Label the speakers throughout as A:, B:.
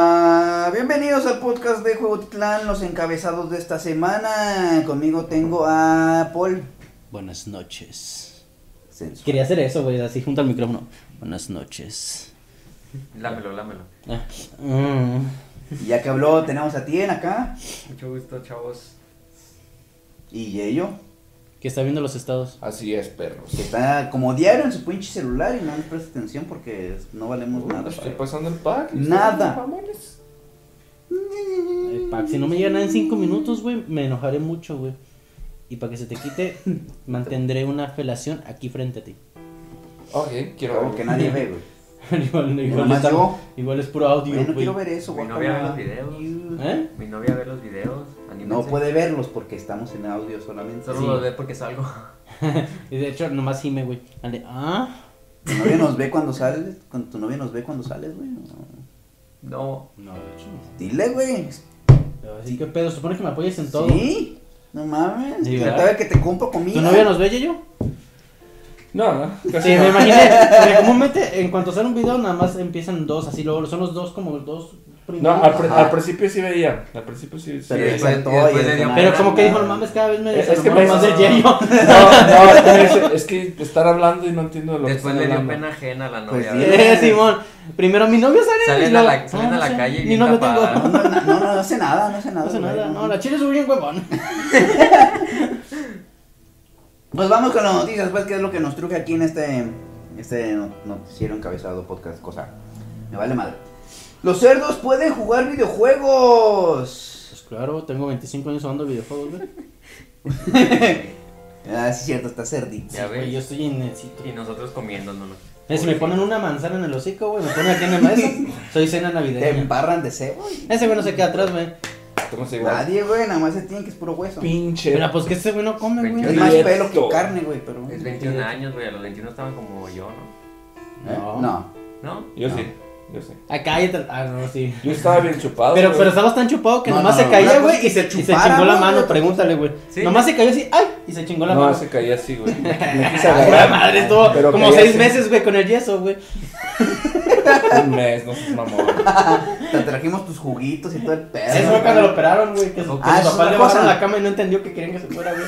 A: Ah, bienvenidos al podcast de Juego Titlán, los encabezados de esta semana. Conmigo tengo a Paul.
B: Buenas noches.
A: Censo.
B: Quería hacer eso, güey, así junto al micrófono. Buenas noches.
C: Lámelo, lámelo.
B: Ah, mm.
A: Y Ya que habló, tenemos a Tien acá.
C: Mucho gusto, chavos.
A: Y Yeyo,
B: Que está viendo los estados.
D: Así es, perros.
A: que está como diario en su pinche celular y no les presta atención porque no valemos
D: Uy,
A: Pues
D: pues,
A: nada.
D: estoy
A: para-
D: pasando el pack.
A: Nada.
D: Mamones.
B: Eh, Pac, si no me llega nada en cinco minutos, güey, me enojaré mucho, güey. Y para que se te quite, mantendré una felación aquí frente a ti.
D: Ok, quiero
A: Algo que nadie ve, güey.
B: igual, igual,
A: nomás
B: está-
A: yo.
B: igual es puro audio,
A: Yo no
B: güey.
A: quiero ver eso,
C: Mi
A: güey.
C: novia ve los videos.
B: ¿Eh?
C: Mi novia ve los videos. anímense.
A: No puede verlos porque estamos en audio solamente.
C: Solo
B: Sí.
C: los ve porque salgo.
B: Y de hecho, nomás gime, güey. Ande, ah.
A: Tu novia nos ve cuando sales, cuando tu novia nos ve cuando sales, güey. No.
C: No.
B: No, güey.
A: Dile, güey.
B: Así que pedo, supone que me apoyes en todo.
A: Sí. No mames.
B: Sí,
A: Trata
B: ¿verdad?
A: de que te compro comida.
B: ¿Tu novia nos ve, yo?
D: No, no.
B: Sí,
D: Casi
B: me
D: no.
B: imaginé. Porque comúnmente, en cuanto sale un video, nada más empiezan dos, así luego son los dos como los dos
D: No,
B: primeros.
D: al, pr-
A: Ajá.
D: al principio sí veía. Al principio sí. sí
A: Pero
D: veía.
C: Sí,
A: después de
C: y
A: todo,
C: después
A: y
C: le
A: de
C: dio-
A: que
B: Pero
A: nada,
B: como que dijo, no
A: nada.
B: mames, cada vez me
D: Es- es que
B: desanimo
D: me-
B: más del Yeyo.
D: No, no, es que, es- es que estar hablando y no entiendo lo
C: Después
D: que
C: le
D: están
C: dio
D: hablando.
C: pena ajena a la
A: Pues
C: novia.
A: sí.
C: ¿verdad?
B: Eh, Simón, primero mi novio sale.
C: Salen
B: y luego- "Ah,
C: a la- salen a la
B: sí,
C: calle
B: Mi
C: bien
B: novio
C: tapada.
B: tengo.
A: No, no, no, no hace nada, no hace nada.
B: No hace
A: güey,
B: nada. No, la chile es un huevón.
A: Pues vamos con las noticias, pues, que es lo que nos truje aquí en este, este no- noticiero encabezado podcast, cosa. Me vale madre. Los cerdos pueden jugar videojuegos.
B: Pues claro, tengo 25 años jugando videojuegos, güey.
A: Ah, sí, cierto, está cerdito.
C: Ya
B: Güey, Yo
C: ves.
B: estoy en el sitio.
C: Y nosotros comiéndonos.
B: Eh, Si me ponen una manzana en el hocico, güey, me ponen aquí en el mesa, soy cena
A: Te
B: navideña.
A: embarran de cebo. güey.
B: Ese güey no se queda atrás, güey.
D: Estamos igual.
A: Nadie, güey, nada más se tiene que es puro hueso.
D: Pinche.
B: Pero pues que ese güey no come,
A: Es
B: güey.
A: más
D: Prieto.
A: pelo que carne, güey, pero.
C: Es 21 años, güey. A los 21 estaban como yo, ¿no?
A: ¿Eh? No.
C: ¿No?
D: Yo
A: No.
D: sí. Yo sí.
B: Ah, cállate. Ah, no, sí.
D: Yo estaba bien chupado.
B: Pero,
D: güey.
B: pero estabas tan chupado que
A: No,
B: nomás
A: no,
B: se
A: no,
B: caía,
A: una
B: güey,
A: cosa
B: y
A: es que te
B: se, y se
A: chupara,
B: chingó la
A: ¿no?
B: mano,
A: Otra cosa-
B: pregúntale, güey.
C: Sí.
B: Nomás se cayó así, ¡ay! Y se chingó la
D: No,
B: mano.
D: se caía así, güey. Me quise
B: Ah, güey,
D: agarrar.
B: madre, estuvo
D: Pero
B: como
D: caía
B: seis
D: así.
B: meses, güey, con el yeso, güey.
D: Un mes, no seas mamón.
A: Te trajimos tus juguitos y todo el pedo.
B: Ese fue
A: güey.
B: cuando lo operaron, güey, que su,
C: Ah,
B: que su
A: es
B: papá
A: otra
B: le bajaron
A: cosa.
B: la cama y no entendió que querían que se fuera, güey.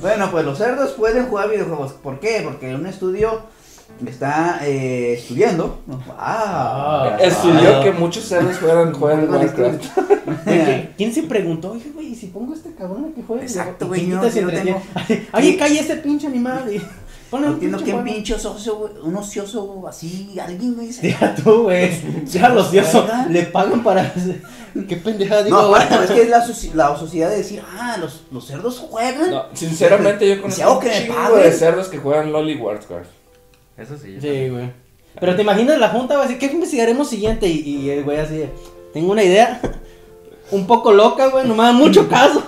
A: Bueno, pues los cerdos pueden jugar videojuegos. ¿Por qué? Porque un estudio está eh, estudiando.
B: Ah,
A: Ah,
D: Estudió que muchos cerdos fueran juegan
A: Juegan
D: Warcraft.
B: Güey, que- ¿Quién se preguntó, oye, güey, y si pongo a este cabrón a que juegue?
A: Exacto,
B: Y
A: güey,
B: quita
A: yo no-
B: ese
A: yo no
B: entretiene-
A: Sí.
B: Oye, calla ese este pinche animal y ponle
A: No
B: un
A: entiendo
B: pinche
A: que un
B: juego.
A: pinche ocio, güey, un ocioso así, alguien, güey. se-
B: Deja tú, güey. Ya los dioses
A: ¿Verdad?
B: le pagan para. Qué pendeja, digo,
A: No,
B: güey.
A: aparte, es que es la, soci- la sociedad de decir, ah, los, los cerdos juegan.
D: No, sinceramente yo
A: Si hago
D: conozco un
A: "Oh, que me
D: chingo
A: paguen.
D: de cerdos que juegan Loli Warcraft.
C: Eso sí. yo
B: Sí, güey. Pero te imaginas la junta, güey, así, ¿qué investigaremos siguiente? Y, y el güey así, de, tengo una idea un poco loca, güey, no me dan mucho caso.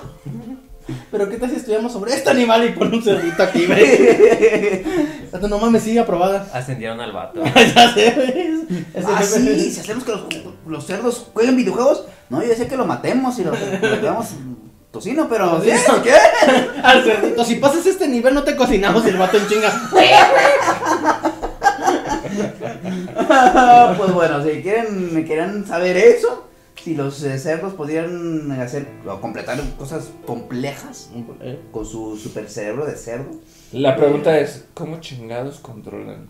B: Pero ¿qué tal si estudiamos sobre este animal y pon un cerdito aquí, güey? Tanto no mames, sigue aprobada.
C: Ascendieron al vato.
B: ya sé, güey. Ese
A: Ah,
B: jefe-
A: sí, si hacemos que los, los cerdos jueguen videojuegos, no, yo decía que lo matemos y lo lo damos tocino, pero.
B: Sí.
A: ¿sí? ¿Qué?
B: Al cerdito, si pasas este nivel no te cocinamos y el vato en chinga.
A: Ah, pues bueno, si quieren, quieren saber eso, si los eh, cerdos podrían hacer o completar cosas complejas con su super cerebro de cerdo.
D: La pregunta es, ¿cómo chingados controlan?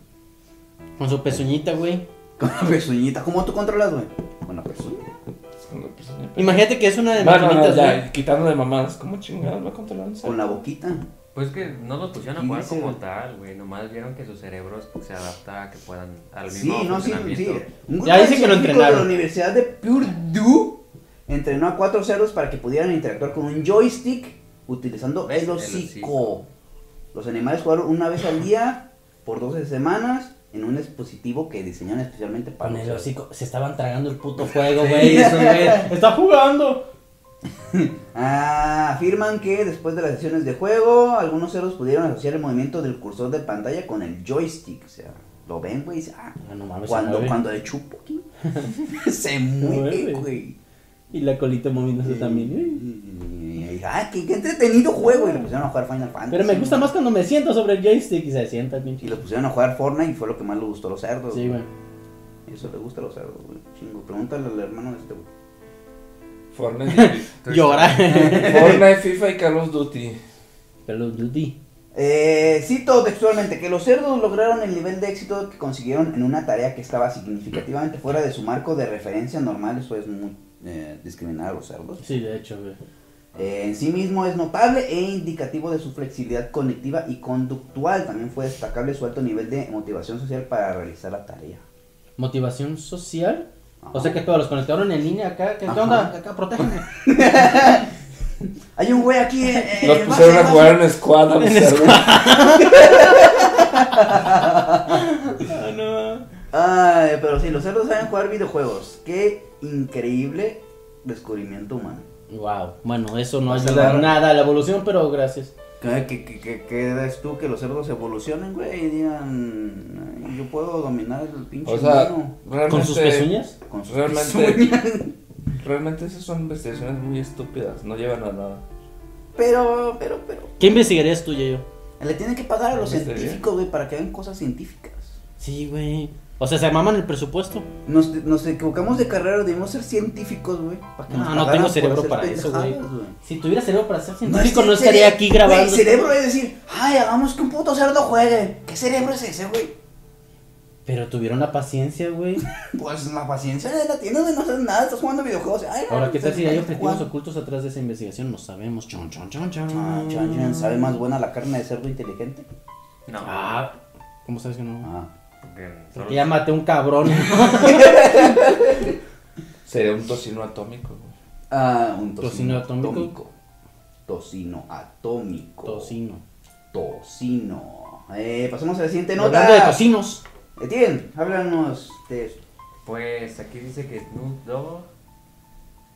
B: Con su pezuñita, güey.
A: Con la pezuñita, ¿cómo tú controlas, güey? Con la pezuña.
D: Es cuando empiezan a-
B: Imagínate que es una de
D: No, no, no,
B: maquinitas,
D: ya,
B: güey.
D: quitando de mamadas, ¿cómo chingados va controlando un cerdo?
A: Con la boquita.
C: Pues que no los pusieron a
A: Sí,
C: jugar
A: sí,
C: como
A: güey.
C: tal, güey. Nomás vieron que sus cerebros se adapta a que puedan al
A: Sí,
C: mismo
A: no, sí, sí.
C: funcionamiento.
A: Un grupo
B: Ya dicen que
A: científico
B: lo entrenaron.
A: de la Universidad de Purdue entrenó a cuatro cerdos para que pudieran interactuar con un joystick utilizando el
C: El
A: hocico.
C: hocico.
A: Los animales jugaron una vez al día por 12 semanas en un dispositivo que diseñaron especialmente para
B: Con
A: los
B: el
A: cerdos.
B: hocico, se estaban tragando el puto juego, güey. Eso, güey. Está jugando.
A: Ah, afirman que después de las sesiones de juego, algunos cerdos pudieron asociar el movimiento del cursor de pantalla con el joystick. O sea, lo ven, güey, y dicen, ah,
B: Ah, no mames, se
A: cuando,
B: mueve.
A: cuando le chupo aquí, se mueve,
B: mueve.
A: güey.
B: Y la colita moviéndose también. ¿eh?
A: Y- y- Ah, qué, qué entretenido juego. Y lo pusieron a jugar Final Fantasy.
B: Pero me gusta más cuando me siento sobre el joystick y se sienta el
A: Y
B: pinche.
A: Oh. lo pusieron a jugar Fortnite y fue lo que más le gustó a los cerdos.
B: Sí, güey.
A: Eso le gusta a los cerdos, güey. Chingo. Pregúntale al hermano de este, güey.
D: Fortnite,
B: Llora.
D: Fortnite, FIFA y Call of Duty.
B: Pero Duty.
A: Eh, cito textualmente que los cerdos lograron el nivel de éxito que consiguieron en una tarea que estaba significativamente fuera de su marco de referencia normal. Eso es muy eh, discriminar a los cerdos.
B: Sí, de hecho, güey.
A: Eh, en sí mismo es notable e indicativo de su flexibilidad cognitiva y conductual. También fue destacable su alto nivel de motivación social para realizar la tarea.
B: Motivación social. O sea
A: Ajá.
B: que todos los conectaron en línea acá. ¿Qué, qué
A: Ah. Ajá.
B: onda? Acá, protégeme.
A: Hay un güey aquí. eh, eh,
D: Los
A: en
D: pusieron
A: base,
D: a jugar en squad a los cerdos.
B: Ah, no.
A: Ay, pero sí, los cerdos saben jugar videojuegos. Qué increíble descubrimiento humano.
B: Wow. Bueno, eso no
A: O sea,
B: ayuda
A: la-
B: nada a la evolución, pero gracias.
A: ¿Qué, qué, qué, qué, qué das tú que los cerdos evolucionen, güey? Y digan, "Ay, yo puedo dominar el pinche
D: O sea,
A: humano
D: realmente.
B: ¿Con sus pezuñas?
A: con sus
D: Realmente,
A: pezuñas".
D: realmente esas son investigaciones muy estúpidas. No llevan a nada.
A: Pero, pero, pero.
B: ¿Qué investigarías tú, Yayo?
A: Le tienen que pagar a los
D: Está
B: ¿eh?
D: bien.
A: científicos, güey, para que hagan cosas científicas.
B: Sí, güey. O sea, se maman el presupuesto.
A: Nos, nos equivocamos de carrera, debimos ser científicos, güey. para que
B: No,
A: nos
B: no
A: pagaran
B: tengo
A: por
B: cerebro
A: hacer
B: para eso, güey.
A: pendejadas,
B: Si tuviera cerebro para ser
A: es
B: científico,
A: que
B: no, estaría
A: cere-
B: aquí
A: Güey,
B: grabando.
A: cerebro es decir, ay, hagamos que un puto cerdo juegue. ¿Qué cerebro es ese, güey?
B: Pero tuvieron la paciencia, güey.
A: Pues la paciencia la tienes de no hacer nada, estás jugando videojuegos. Ay, pues,
B: Ahora, ¿qué tal si hay
A: estás
B: objetivos
A: jugando.
B: ocultos atrás de esa investigación? No sabemos. Chon, chon, chon, chon.
A: Ah, chan, chan,
B: Mm.
A: ¿Sabe más buena la carne de cerdo inteligente?
C: No.
B: Ah, ¿cómo sabes que no?
A: Ah.
C: porque solo-
B: Porque ya maté a un cabrón.
D: Sería un tocino atómico. güey.
A: Ah, un
B: ¿Tocino atómico?
A: Tocino atómico.
B: Tocino.
A: Tocino. Eh, pasamos a la siguiente nota.
B: Hablando de tocinos.
A: Etienne, háblanos de esto.
C: Pues aquí dice que Snoop Dogg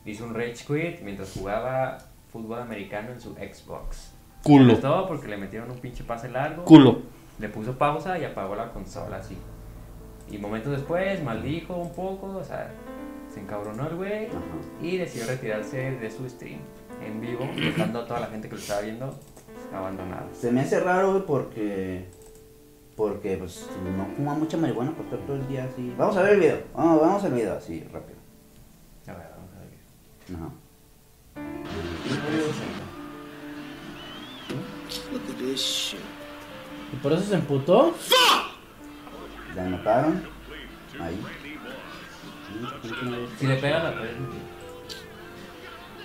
C: hizo un rage quit mientras jugaba fútbol americano en su Xbox.
B: Culo.
C: Sobre todo porque le metieron un pinche pase largo.
B: Culo.
C: Le puso pausa y apagó la consola así. Y momentos después maldijo un poco, o sea, se encabronó el güey
A: Ajá.
C: y decidió retirarse de su stream en vivo, dejando a toda la gente que lo estaba viendo abandonada.
A: Se me hace raro, güey, porque. Porque, pues, no fuma mucha marihuana por estar todo el día así. Vamos a ver el video. Vamos, vamos al video, así, rápido.
C: A ver, vamos a ver.
A: Ajá.
E: Look at this shit.
B: ¿Y por eso se emputó?
A: ¿La notaron? Ahí.
C: Si le pegan a pared,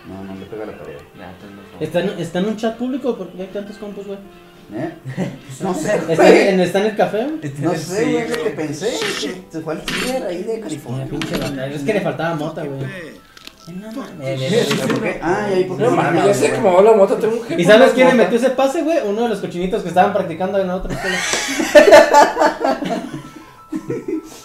A: No, no le pega la pared.
C: nah, entonces no fue.
B: ¿Está en, está en un chat público? ¿Por qué hay tantos compos, güey?
A: ¿Eh? No sé,
B: ¿Está
A: güey.
B: en, está en el café?
A: No sé, güey, es lo que pensé. que Se fue al ciber ahí de California.
B: Mira, pinche banda. Es que le faltaba mota, güey.
E: Bad.
B: No
A: ¿Pero por qué? Ah, ya, ¿y por qué?
D: No mames, ya sé cómo habla mota. Tengo un jefe.
B: ¿Y sabes quién le
D: mota.
B: metió ese pase, güey? Uno de los cochinitos que estaban practicando en la otra escuela.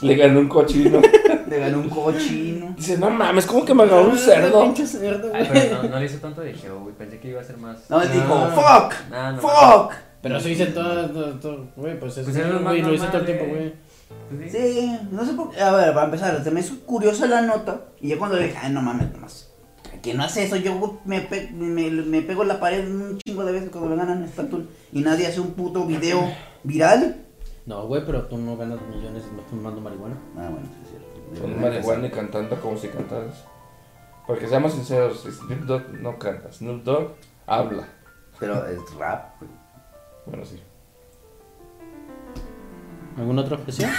D: Le ganó un cochino.
A: Le ganó un cochino.
D: Dice, no mames, ¿cómo que me ganó un cerdo?
B: Pinche cerdo,
C: Ay,
B: güey.
C: pero no, no le hizo tanto de show, güey. Pensé que iba a ser más.
A: No, él dijo,
B: Ah.
A: fuck,
C: Nah, no.
A: fuck.
B: Pero eso hice todo, todo- todo, güey, pues es
C: Pues era lo más
B: güey, lo hice todo
C: normal,
B: el tiempo,
C: eh.
B: güey.
C: Pues sí.
A: Sí, no sé por qué. A ver, para empezar, se me hizo curiosa la nota. Y ya cuando le dije, ay, no mames, nomás. ¿Quién no hace eso? Yo güey, me, pe- me, me pego en la pared un chingo de veces cuando me ganan estatul. Y nadie hace un puto video viral.
B: No, güey, pero tú no ganas millones fumando marihuana.
A: Ah, bueno, sí, es cierto.
D: Con marihuana y cantando como si cantaras. Porque seamos sinceros, Snoop Dogg no canta. Snoop Dogg habla.
A: Pero es rap, güey.
D: Bueno, sí.
B: ¿Alguna otra objeción?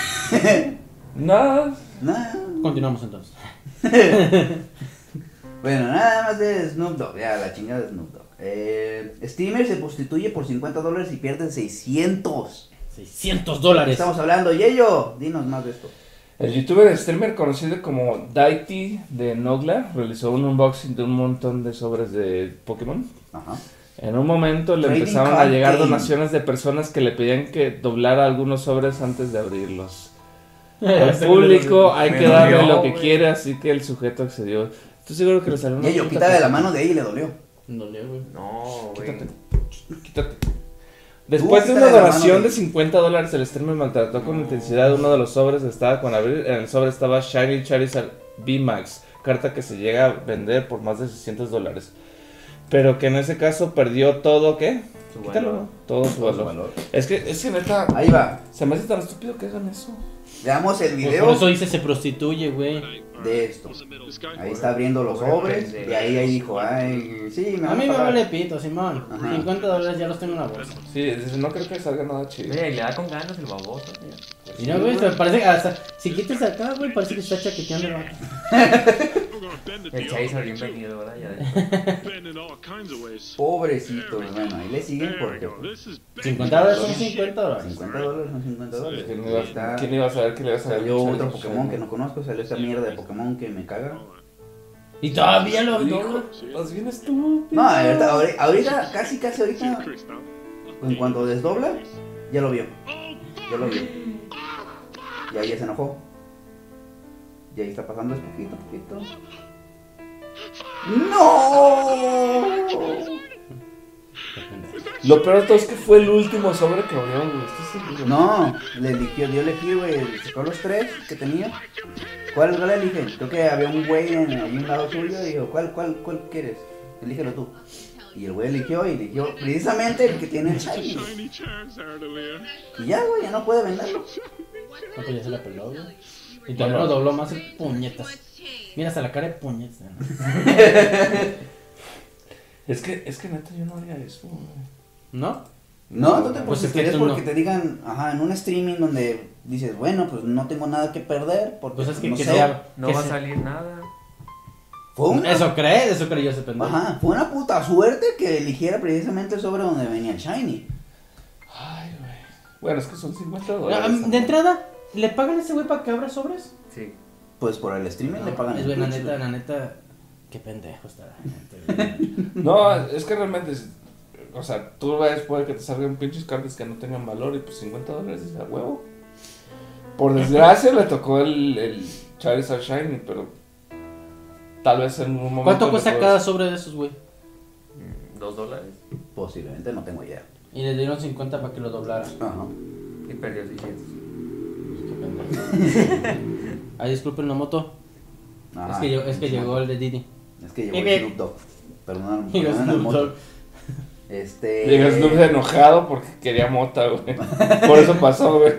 D: Nada.
A: Nah.
B: Continuamos entonces.
A: Bueno, nada más de Snoop Dogg, ya la chingada de Snoop Dogg. Eh, Steamer se prostituye por 50 dólares y pierde 600.
B: 600
A: ¿Qué
B: dólares.
A: estamos hablando? Yello, dinos más de esto.
D: El youtuber streamer conocido como Daity de Nogla realizó un unboxing de un montón de sobres de Pokémon.
A: Ajá.
D: En un momento le
A: Trading
D: empezaron a
A: card
D: llegar
A: game.
D: donaciones de personas que le pedían que doblara algunos sobres antes de abrirlos. Al
B: Este güey
D: público
B: lo-
D: hay
C: me
D: que darle
C: dolió,
D: lo que
C: güey.
D: quiere, así que el sujeto accedió. ¿Tú seguro que le salió una
A: Yello,
D: puta
A: quítale la
D: cosa?
A: mano de ahí y le dolió.
B: Dolió, güey.
C: No, güey.
D: Quítate. Quítate. Después de
A: quítale
D: una
A: la mano
D: donación
A: de-
D: de 50 dólares, el streamer maltrató con
C: No.
D: intensidad uno de los sobres. Estaba con abrir. En el sobre estaba Shiny Charizard V-Max, carta que se llega a vender por más de 600 dólares. Pero que en ese caso perdió todo, ¿qué?
C: Su
D: Quítalo,
C: valor.
D: todo su valor. Es que, es que neta,
A: Ahí va.
D: se me hace tan estúpido que hagan eso.
A: Veamos el
B: Pues por
A: video
B: eso Pues, dice se prostituye, güey.
A: de esto. Ahí está abriendo los sobres y ahí, ahí dijo, ay, sí, me
B: pues, A mí me
A: van a
B: vale
A: pagar.
B: pito, Simón.
A: Ajá.
B: 50 dólares ya los tengo en la bolsa.
D: Sí, dice, no creo que salga nada chido.
C: Mira, y le da con ganas el baboso, tío.
B: Mira, güey, se parece que hasta. Si quitas acá, güey, parece que está chaqueteando el vato.
C: El Chai salió bienvenido, ¿verdad? Ya después.
A: Pobrecitos, bueno, ahí le siguen porque
B: 50 dólares son 50 dólares.
A: 50 dólares son 50 dólares.
D: ¿Quién iba,
A: Está-
D: a, ¿Quién iba a saber que le iba a salir?
A: Salió otro Pokémon que no conozco, salió esa mierda de
B: pues.
A: Pokémon que me caga.
B: Y todavía lo no,
D: pues, Más bien estúpido.
A: No, ahorita, ahori- ahorita, casi, casi ahorita, en cuanto desdobla, ya lo vio. Ya lo vio. Y ahí ya se enojó. Y ahí está pasando es poquito, poquito. ¡No!
D: Lo peor de todo es que fue el último sobre que abrió, güey. Esto es el-
A: No, le eligió, yo elegí, güey, sacó los tres que tenía. ¿Cuál, cuál elige? Creo que había un güey en, ahí a un lado suyo y dijo, ¿cuál, cuál, cuál quieres? Elígelo tú. Y el güey eligió y eligió precisamente el que tiene el shiny. Y ya, güey, ya no puede venderlo.
B: pues ya se la peló, güey. Y todavía lo dobló más el puñetas. Mira hasta la cara de puñetas. ¿no?
D: Es que, es que neta, yo no haría eso, güey.
B: ¿No?
A: No, tú te
B: Pues es que
A: posicionas
B: tú
A: porque
B: no.
A: te digan, ajá, en un streaming donde dices, bueno, pues no tengo nada que perder, porque
B: Pues es que,
A: no
B: que
A: sé.
B: sea-
C: No
B: que
C: va a
B: sea-
C: salir nada.
A: Fue una,
B: Eso cree, eso creyó ese pendejo.
A: ajá, fue una puta suerte que eligiera precisamente sobre donde venía el shiny.
D: Ay, güey. Bueno, es que son 50
B: Ah,
D: dólares.
B: De entrada, ¿le pagan a ese güey para que abra sobres?
C: Sí.
A: Pues por el streaming le pagan
B: Es
A: el
B: güey, la
A: Twitch,
B: neta,
A: güey.
B: la neta, qué pendejo está la gente. güey.
D: No, es que realmente, es- o sea, tú ves, puede que te salgan pinches cartas que no tengan valor y pues 50 dólares es a huevo. Por desgracia le tocó el, el Charizard Shiny, pero tal vez en un momento...
B: ¿Cuánto
D: le
B: cuesta
D: puedas-
B: cada sobre de esos, güey?
C: Mm, ¿Dos dólares?
A: Posiblemente no tengo idea.
B: Y le dieron 50 para que lo doblara.
A: Ajá.
C: Y perdió 600.
B: Ay, disculpen la moto.
A: Ajá.
B: es que, llegó- es que llegó el de Didi.
A: Es que llegó el
B: Mire.
A: Snoop Dogg. Perdóname.
B: Llegó
A: perdóname Ah, la
B: Snoop
A: moto.
B: Dogg.
A: Este.
D: Llega Snoop enojado porque quería mota, güey. Por eso pasó, güey.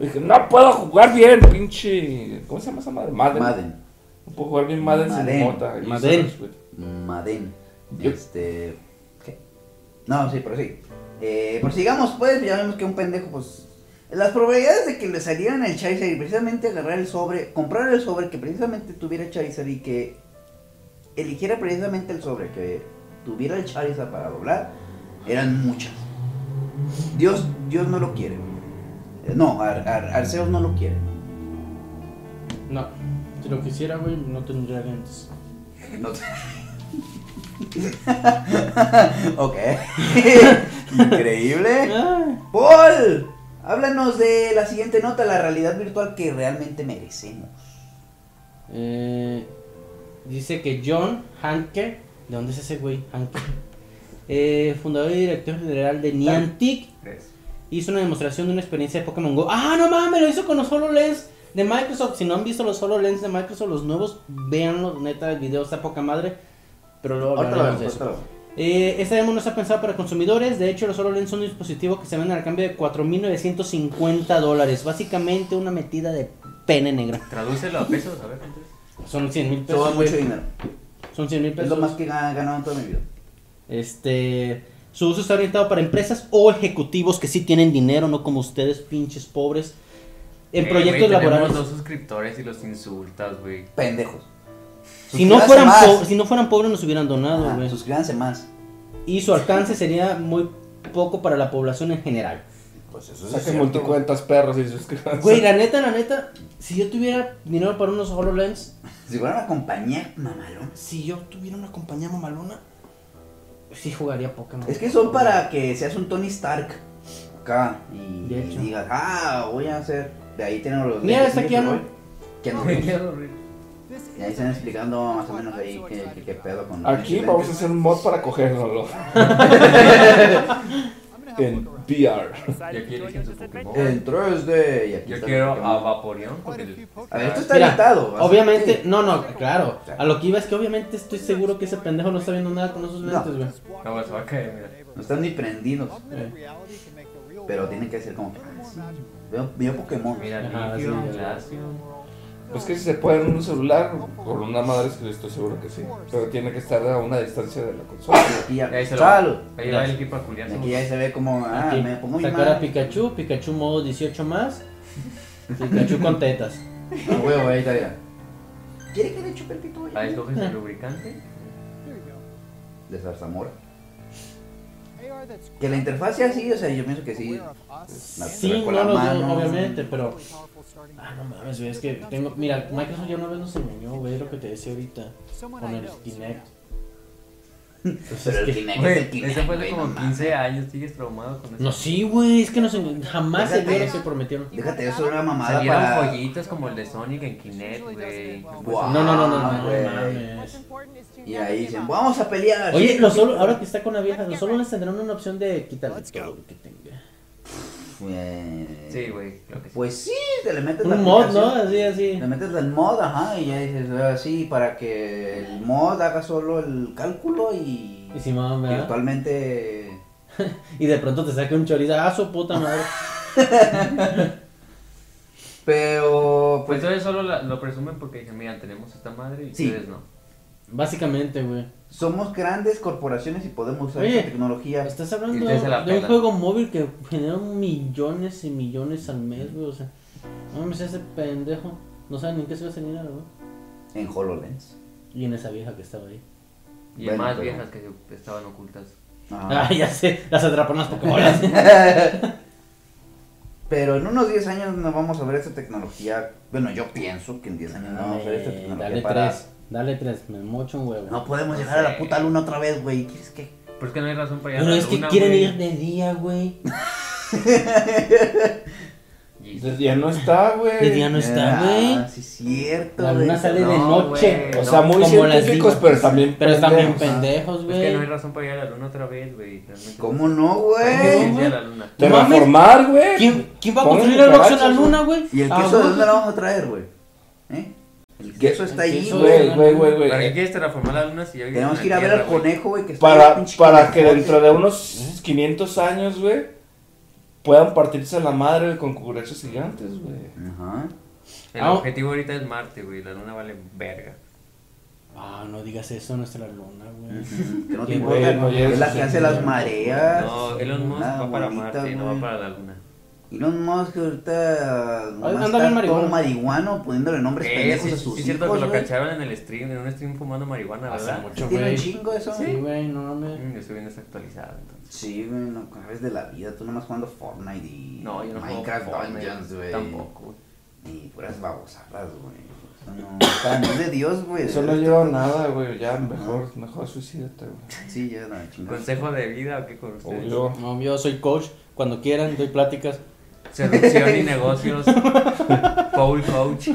D: Dije, no puedo jugar bien, pinche... ¿Cómo se llama esa madre? Madden.
A: Madden.
D: No puedo jugar bien Madden,
A: Madden.
D: sin mota. Y
B: Madden.
D: se- güey.
A: Madden.
D: Yo-
A: Este. ¿Qué? No, sí, pero sí. Eh, prosigamos, pues. Ya vemos que un pendejo, pues. Las probabilidades de que le salieran el Charizard y precisamente agarrar el sobre, comprar el sobre que precisamente tuviera Charizard y que eligiera precisamente el sobre que tuviera el Charizard para doblar, eran muchas. Dios, Dios no lo quiere. Eh, No, Ar- Ar- Arceus no lo quiere.
B: No, si lo quisiera, güey, no tendría lentes.
A: No te- ok. Increíble.
B: Ah,
A: Paul, háblanos de la siguiente nota, la realidad virtual que realmente merecemos.
B: eh, dice que John Hanke, ¿de dónde es ese güey? Hanke. Eh, fundador y director general de Niantic,
C: Tres.
B: hizo una demostración de una experiencia de Pokémon Go. ¡Ah, no mames! Lo hizo con los HoloLens de Microsoft. Si no han visto los HoloLens de Microsoft, los nuevos, véanlos, neta, el video está poca madre. Pero luego
A: Ahorita lo
B: hablaremos
A: vemos,
B: de eso.
A: ahorita lo vemos.
B: Eh, esta demo no está pensada para consumidores. De hecho, los HoloLens son un dispositivo que se venden al cambio de 4.950 dólares. Básicamente una metida de pene negra.
C: Tradúcelo a pesos, a ver cuánto es.
B: Son 100 mil
A: Todo
B: pesos.
A: es mucho
B: güey.
A: dinero.
B: Son 100 mil
A: Es lo
B: pesos.
A: más que he ganado en toda mi vida.
B: Este, su uso está orientado para empresas o ejecutivos que sí tienen dinero, no como ustedes, pinches pobres. En
C: Eh,
B: proyectos
C: güey,
B: laborales.
C: Tenemos dos suscriptores y los insultas, güey.
A: Pendejos.
B: Si no,
A: Suscríbanse
B: fueran
A: más. Ah,
B: po- si no fueran pobres nos hubieran donado,
A: Ajá,
B: güey.
A: suscríbanse más.
B: Y su alcance sería muy poco para la población en general.
A: Pues eso
D: Saquen multicuentas, perros, y suscríbanse.
B: Güey, la neta, la neta, si yo tuviera dinero para unos HoloLens,
A: Si fuera una compañía mamalón.
B: si yo tuviera una compañía mamalona, sí jugaría Pokémon.
A: Es que son para que seas un Tony Stark acá y,
B: De hecho.
A: y digas, ah, voy a hacer. De ahí tenemos los.
B: Mira,
A: lentes
B: está aquí,
A: Infinity
B: ¿no?
A: War, que nos vemos. Y ahí están explicando más o menos ahí qué, qué- qué pedo con los
D: Aquí
A: lentes.
D: vamos a hacer un mod para cogérnoslo. en VR.
C: Yo quiero ir siendo Pokémon.
A: En 3D. este, Y aquí
C: Yo
A: está
C: quiero
A: Pokémon.
C: a Vaporeon con el...
A: A ver, esto está
B: Mira,
A: editado. así
B: Obviamente,
A: que-
B: no, no, claro. A lo que iba es que obviamente estoy seguro que ese pendejo no está viendo nada con esos
A: No.
C: pues,
B: lentes, güey.
C: No, se va a caer, mira.
A: No están ni prendidos.
B: Eh.
A: Pero tiene que ser como que. ah, sí, Veo, veo Pokémon.
C: Mira,
B: Ajá,
C: litio,
B: sí.
C: plasio.
D: Es que si se puede en un celular, con una madre es que yo estoy seguro que sí. Pero tiene que estar a una distancia de la consola.
A: Aquí ya.
C: Ahí se lo.
A: Salud.
C: Ahí va el equipo a culiarse.
A: Aquí ya se ve como. Ah,
B: Aquí,
A: me pongo mi
B: sacar a
A: madre.
B: Pikachu, Pikachu modo 18 más. Pikachu con tetas.
A: Ah, huevo, ahí está ya. ¿Quiere que le chupe el pito hoy?
C: Ahí coges el lubricante.
A: De zarzamora. Que la interfaz sea así, o sea, yo pienso que sí.
B: Sí,
A: con la
B: no los
A: mano.
B: dos, obviamente, pero. Ah, no mames, güey, es que tengo. Mira, Microsoft ya una vez nos engañó, güey, lo que te decía ahorita. Con el Kinect.
A: Pero el Kinect es
C: Güey,
A: el Kinect,
C: eso fue hace
A: güey,
C: como
A: no mames.
C: 15 años, sigues traumado con eso.
B: No, sí, güey, es que nos enga- jamás se
A: Déjate
B: vieron,
A: eso.
B: se prometieron.
A: Déjate eso, era una mamada
C: Salieron
A: para.
C: pollitos como el de Sonic en Kinect, güey.
A: Guau,
B: No, no, no, no, no, no,
A: güey.
B: mames.
A: Y ahí dicen, vamos a pelear.
B: Oye, los solo, ahora que está con la vieja, los solo les tendrán una opción de quitarle todo lo que tenga.
A: Eh,
C: Sí, güey, creo que sí.
A: Pues sí, te le metes la
B: Un mod, ¿no?
A: aplicación.
B: Así, así.
A: Le metes el mod, ajá, y ya dices, así, para que el mod haga solo el cálculo y
B: Y si mamá, ¿verdad?
A: virtualmente...
B: Y de pronto te saca un chorizo. Ah, su puta madre.
A: Pero, pues,
C: Pues entonces solo la- lo presumen porque dicen, mira, tenemos esta madre y
A: Sí.
C: ustedes no.
B: Básicamente, güey.
A: somos grandes corporaciones y podemos usar
B: Oye, Pues
A: esta tecnología.
B: Estás
C: Y
B: hablando
C: ustedes se la
B: de un
C: pelan.
B: juego móvil que genera millones y millones al mes, güey. O sea, no mames, ese pendejo. No sabe ni en qué se va a hacer dinero, güey.
A: En HoloLens.
B: Y en esa vieja que estaba ahí.
C: Y
A: Bueno,
C: más
A: pero-
C: viejas que se- estaban ocultas.
B: Ah, ya sé, las atrapan las pokebolas.
A: Pero en unos 10 años no vamos a ver esta tecnología. Bueno, yo pienso que en 10 años no vamos a ver esta
B: Eh,
A: tecnología
B: dale
A: para...
B: tres, dale tres, me mocho un huevo.
A: No podemos
C: No
A: llegar a la
C: sé.
A: puta luna otra vez, güey. ¿Quieres que
C: Pero es que no hay razón para ir a
B: Pero
C: la
B: es que
C: luna,
B: quieren
C: güey.
B: ir de día, güey.
C: Jesus.
D: De día no está,
B: De día
D: güey.
B: no está, güey.
A: Ah, sí, es cierto.
B: La
A: güey.
B: luna sale de
C: No,
B: noche.
C: güey.
D: O sea, muy
B: Como las
D: científicos,
B: divas.
D: pero también
B: Pero están bien
D: pendejos. ¿ah?
B: pendejos,
C: Es que no hay
B: güey.
C: razón para ir a la luna otra vez, güey. Realmente.
A: ¿Cómo no,
C: Hay
A: güey?
B: ¿Cómo?
C: ciencia de la luna.
B: No mames.
D: Terraformar, güey.
B: ¿Quién, quién va a
D: Pongan
B: construir el Oxxo en la
D: cucarachas,
B: luna, güey?
A: ¿Y el
B: Ah,
A: queso de
B: güey.
A: dónde lo vamos a traer, güey? ¿Eh? El queso está
B: el
A: ahí,
B: queso,
A: güey.
D: Güey, güey, güey, güey.
C: ¿Para qué quieres terraformar la luna si ya vives
A: Tenemos
C: en
A: que ir a
C: la
A: ver al
C: Tierra, güey?
A: conejo, güey, que está en el
D: Para,
A: pinche
D: para que
A: conejote.
D: dentro de
B: ¿Eh?
D: unos 500 años, güey, puedan partirse la madre güey, con cucarachas gigantes, güey.
A: Ajá.
C: El
B: Ah,
C: objetivo ahorita es Marte, güey. La luna vale verga.
B: Ah, no digas eso, no está la luna, güey.
A: Ujú, Que no te
B: Qué
A: importa.
D: bueno, oye,
A: es la
D: eso
A: que
D: sí,
A: hace
D: güey.
A: las mareas.
C: No, Elon Musk
A: Nada,
C: va para
A: bonita,
C: Marte, no
A: güey.
C: va para la luna.
A: Elon Musk ahorita nomás
B: anda bien
A: está todo
B: marihuana.
A: marihuano poniéndole nombres
C: Eh,
A: pendejos
C: sí,
A: a sus
C: sí es cierto
A: hijos,
C: que lo
A: güey.
C: cacharon en el stream, en un stream fumando marihuana,
B: Hace
C: ¿verdad?
B: mucho,
A: Tiene un
B: güey.
A: chingo eso.
B: Sí, güey, no mames.
C: Mm, Yo estoy bien desactualizado, entonces.
A: Sí, güey, no cabes de la vida, tú nomás jugando Fortnite y
C: No, yo no juego
A: Minecraft
C: Fortnite,
A: Dungeons, güey.
C: Tampoco, güey.
A: Y puras babosadas, güey. Eso no, para mí es de Dios, güey.
D: Eso no lleva a nada, güey. Ya, mejor, mejor suicídate, güey.
A: Sí, ya la chingada.
C: ¿Consejo de vida o qué con ustedes?
D: Obvio.
B: No, yo soy coach, cuando quieran doy pláticas.
C: Seducción y negocios. Paul Coach.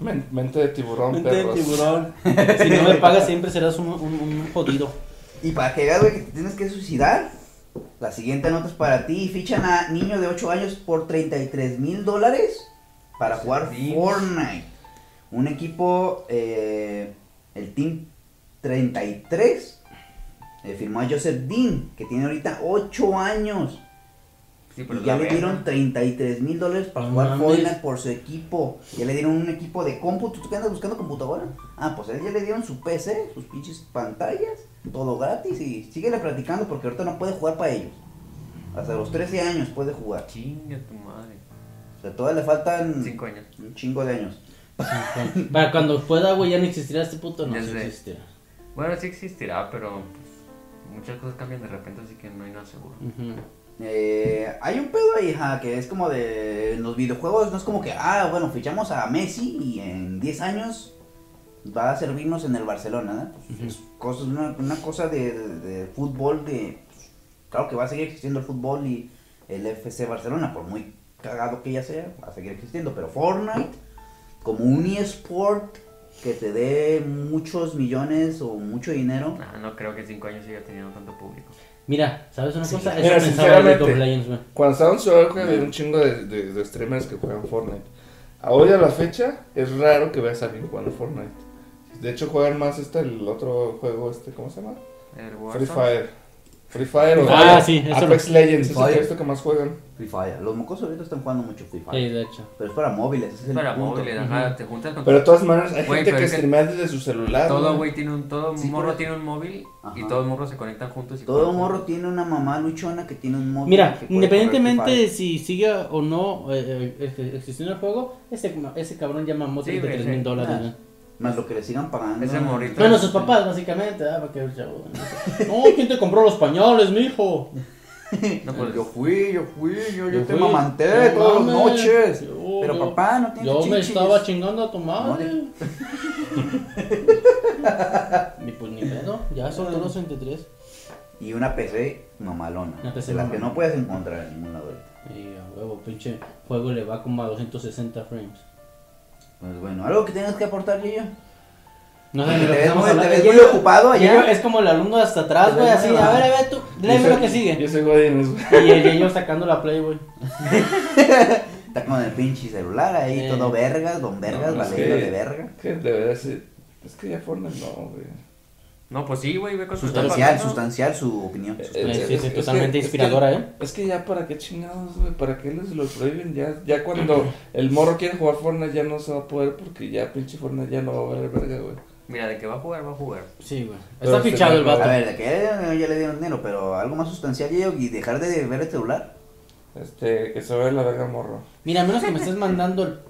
D: Men- mente de tiburón,
B: Mente de
D: perros.
B: tiburón. Si no me pagas siempre serás un, un, un jodido.
A: Y para que veas, güey, que te tienes que suicidar. La siguiente nota es para ti. Fichan a niño de 8 años por 33 mil dólares para jugar
C: Sí.
A: Fortnite. Un equipo, eh, el Team 33, eh, firmó a Joseph Dean, que tiene ahorita 8 años.
C: Sí, pero
A: Y ya
C: la
A: le
C: verga.
A: dieron 33 mil dólares para
B: No
A: jugar
B: mames.
A: Fortnite por su equipo. Ya le dieron un equipo de cómputo. ¿Tú qué andas buscando computadora? Ah, pues a él ya le dieron su PC, sus pinches pantallas, todo gratis. Y síguele platicando porque ahorita no puede jugar para ellos. Hasta los 13 años puede jugar.
C: Chinga tu madre.
A: O sea, todavía le faltan
C: Cinco años.
A: un chingo de años.
B: Para cuando pueda, güey, ya no existirá este puto. No,
C: Ya
B: sí
C: sé.
B: existirá.
C: Bueno, sí existirá, pero pues, muchas cosas cambian de repente, así que no hay nada seguro.
A: Mm.
B: Ujú.
A: Eh, hay un pedo ahí, ja, que es como de. En los videojuegos no es como que, ah, bueno, fichamos a Messi y en 10 años va a servirnos en el Barcelona, ¿eh? Pues, es cosas- una, una cosa de, de- de fútbol de. pues, claro que va a seguir existiendo el fútbol y el FC Barcelona, por muy cagado que ya sea, va a seguir existiendo, pero Fortnite, como un eSport que te dé muchos millones o mucho dinero.
C: Nah, no creo que en cinco años siga teniendo tanto público.
B: Mira, ¿sabes una cosa? Eso
D: Mira,
B: pensaba en League of
D: sinceramente.
B: Legends, güey.
D: Cuando estaba en Ciudad Juega había un chingo de, de- de streamers que juegan Fortnite. A Hoy a la fecha es raro que veas a alguien jugando Fortnite. De hecho juegan más este, el otro juego, este, ¿cómo se llama?
C: El
D: Free
C: Warzone.
D: Fire. Free Fire o
B: Ah, sí, eso
D: Apex Legends, es
A: Free
D: el que he
A: Fire.
D: visto que más juegan.
A: Free Fire. Los mocosos ahorita están jugando mucho Free Fire.
B: Sí, de hecho.
A: Pero es para móviles. ese es el
C: Para
A: punto.
C: móviles, ajá, te juntas con
D: Pero de todas maneras, hay
C: Güey,
D: gente
C: pero
D: que
C: es que
D: streamea desde su celular.
C: todo,
D: ¿no?
C: güey, tiene un todo
A: Sí,
C: morro
A: pero-
C: tiene un móvil
A: Ajá.
C: y todos los morros se conectan juntos y
A: Todo
C: juegan.
A: morro tiene una mamá luchona que tiene un móvil.
B: Mira,
A: que puede
B: independientemente
A: correr Free
B: de si sigue o no eh, eh, ex- existiendo el juego, ese, ese cabrón llama motos
C: Sí,
B: de
C: güey,
B: 3 mil
C: sí.
B: dólares.
A: Ah.
B: güey.
A: Fire. Más lo que le sigan pagando.
C: Ese morrito.
B: Bueno, sus papás, básicamente. ¿ah? Porque el chavo, No, ¿quién te compró los pañales, mijo?
C: No, pues,
A: Yo fui, yo fui, yo, yo,
B: Yo
A: te
B: fui.
A: mamanté
B: No
A: todas las
B: mames.
A: noches.
B: Yo-
A: Pero
B: yo-
A: papá, no tiene
B: Yo me
A: chichis.
B: estaba chingando a tu
A: Madre.
B: madre. Ni pues ni pedo, ya son los 63.
A: Y una PC mamalona.
B: Una PC
A: de las que
B: mamalona.
A: no puedes encontrar en ningún lado ahorita.
B: Y a huevo, pinche juego le va como a 260 frames.
A: Pues bueno, algo que tengas que aportar, Gillo.
B: No
A: Te
B: de lo que
A: ves
B: estamos
A: muy- te
B: hablando.
A: ves muy
B: Yo-
A: ocupado allá.
B: yo- Es como el alumno hasta atrás,
A: Te
B: güey,
A: ves
B: así.
A: muy
B: A ver, a
A: ocupado.
B: ver, tú,
D: Yo
B: léeme
D: soy-
B: lo que sigue.
D: Yo soy Godínez, güey.
B: Y el yo sacando la play, güey.
A: Está con el pinche celular ahí,
B: Sí.
A: todo vergas, don vergas,
D: No, es
A: valiendo
D: que-
A: de verga.
D: Que de verdad sí. Es que ya Fortnite no, güey.
C: no, pues sí, güey, ve con sus
A: Sustancial,
C: papás. ¿no?
A: sustancial su opinión.
D: Eh,
B: Pues, Sí,
D: eh,
A: sustancial.
B: sí,
D: es-
B: sí,
D: es
B: totalmente
D: que- es que-
B: inspiradora, ¿eh?
D: Es que ya para qué chingados, güey, para qué les lo prohíben ya, ya cuando el morro quiere jugar Fortnite ya no se va a poder porque ya pinche Fortnite ya no va a valer verga, güey.
C: Mira, de que va a jugar, va a jugar.
B: Sí, güey.
D: Pero
B: Está
D: se
B: fichado
D: me-
B: el
A: A
B: vato.
A: ver, de que eh, ya, ya le dieron dinero, pero algo más sustancial Gillo, y dejar de ver el celular.
D: Este, que se vaya a la verga morro.
B: Mira, a menos que me estés mandando el.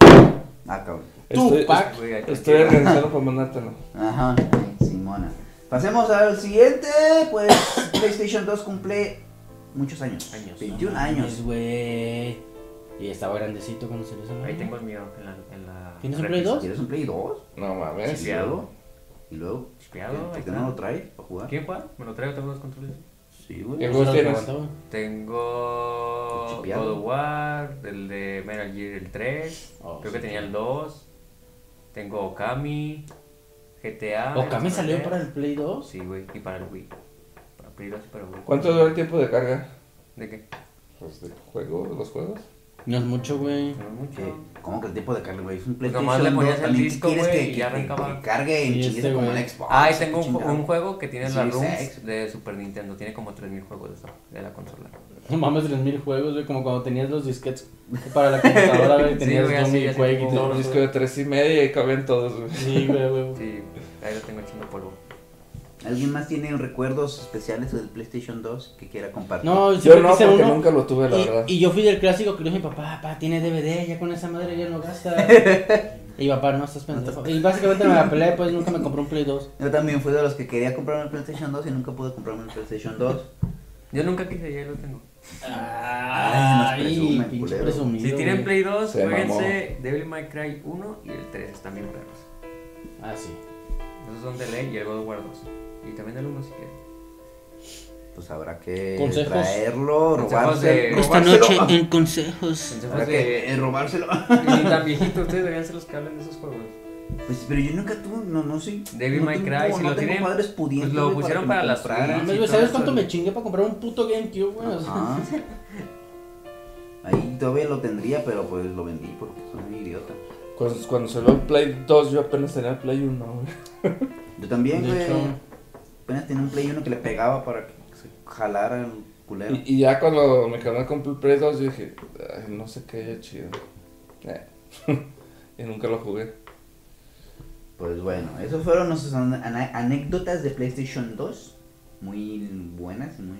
A: Ah, cabrón.
B: Tú,
D: Estoy,
B: Pac.
D: est-
C: Güey, hay que-
D: estoy organizado para mandártelo.
A: Ajá, Simona. Pasemos al siguiente, pues PlayStation 2 cumple muchos años.
C: Años.
A: 21 años.
B: Pues, güey. Y estaba grandecito cuando se lo hizo. ¿no?
C: Ahí tengo el mío en la. En la
B: ¿Tienes un
C: repisa.
B: Play dos?
A: ¿Quieres un Play 2?
D: No mames.
C: Pues Sí, sí.
A: Chipeado. Y luego,
C: Chipeado, ahí
A: ¿por qué
C: está.
A: no lo traes para jugar?
C: ¿Qué, pa? Me lo traigo, tengo los controles.
A: Sí, güey.
D: ¿Qué
B: Eso era lo que
D: tienes?
B: aguantaba.
C: Tengo.
A: Chipeado.
C: God of War, el de Metal Gear el 3.
B: Oh,
C: creo
B: sí,
C: que tenía
B: sí.
C: el 2. Tengo Okami, GTA.
B: Okami
C: Metal
B: salió
C: Gear.
B: para el Play 2.
C: Sí, güey, y para el Wii. Para Play 2 y para Wii.
D: ¿Cuánto dura el tiempo de carga?
C: ¿De qué?
D: Pues de juego, de los juegos.
B: No es mucho, güey.
C: No es mucho.
A: ¿Qué? ¿Cómo que el tipo de carga, güey? Es un
C: Pues
A: PlayStation
C: nomás le
A: 2,
C: ponías el
A: también, ¿qué
C: disco,
A: quieres
C: güey,
A: que,
C: y
A: que-
C: ya
A: que-
C: arrancaba.
A: que cargue en
B: Y
A: chingues
B: este,
A: como
B: güey.
A: el Xbox?
C: Ah, y tengo un,
A: chingada.
C: un juego que tiene la
A: Series
C: ROMs
A: X.
C: de Super Nintendo. Tiene como 3000 juegos de, esa- de la consola.
B: No mames, 3000 juegos, güey. Como cuando tenías los disquetes para la computadora, güey.
C: Sí,
B: Tenías
C: güey, así,
B: Domi
C: así
B: Quake y
C: como-
B: todo.
D: Un disco de tres y media y cabían todos, güey.
B: Sí, güey, güey.
C: Sí, ahí lo tengo echando polvo.
A: ¿Alguien más tiene recuerdos especiales del PlayStation 2 que quiera compartir?
B: No,
D: Yo
B: siempre
D: no,
B: quise
D: porque
B: uno.
D: nunca lo tuve, la
B: y,
D: verdad.
B: y yo fui del clásico que le dije, papá, papá, tiene DVD, ya con esa madre ya no gasta. y papá, no estás pendejo. Y básicamente me la peleé, pues nunca me compró un Play 2.
A: Yo también fui de los que quería comprarme el PlayStation 2 y nunca pude comprarme el PlayStation 2.
C: Yo nunca quise, ya lo tengo.
A: Ay, nos presumen,
B: pinche
A: culero.
B: presumido.
C: Si tienen
B: güey.
C: Play 2,
D: Se
C: jueguense Devil May Cry 1 y el 3, están bien perros.
B: Ah, sí.
C: Esos son de ley y el God of War 2. Y también el 1 si quieren.
A: Pues habrá que
B: Consejos.
A: traerlo,
C: Consejos
A: robárselo.
C: de- Esta
A: robárselo.
B: en consejos.
A: Habrá
C: Consejos
A: que eh,
C: de...
A: robárselo.
C: Ni tan viejito, ustedes deberían ser los que hablan de esos juegos.
A: Pues, pero yo nunca tuve, no, no sé.
C: Devil
A: no
C: May
A: tengo-
C: Cry, si
A: no
C: lo
A: tengo
C: tienen,
A: padres
C: pues
A: pudientes,
C: lo
A: güey,
C: pusieron
A: que
C: para
A: me
C: las
A: compraran.
C: Switch.
B: ¿Sabes cuánto me chingué para comprar un puto GameCube, güey? O sea,
A: Ajá. Ahí todavía lo tendría, pero pues lo vendí porque soy un idiota.
D: Cuando, cuando salió el Play 2, yo apenas tenía el Play 1, güey.
A: Yo también,
B: De
A: güey.
B: hecho.
A: Apenas tenía un play uno que le pegaba para que se jalara el culero.
D: Y, y ya cuando me canal compré el Play 2, yo dije, "Ay, no sé qué haya chido. Eh. y nunca lo jugué.
A: Pues bueno, esos fueron nuestras an- ana- anécdotas de PlayStation 2. Muy buenas y muy.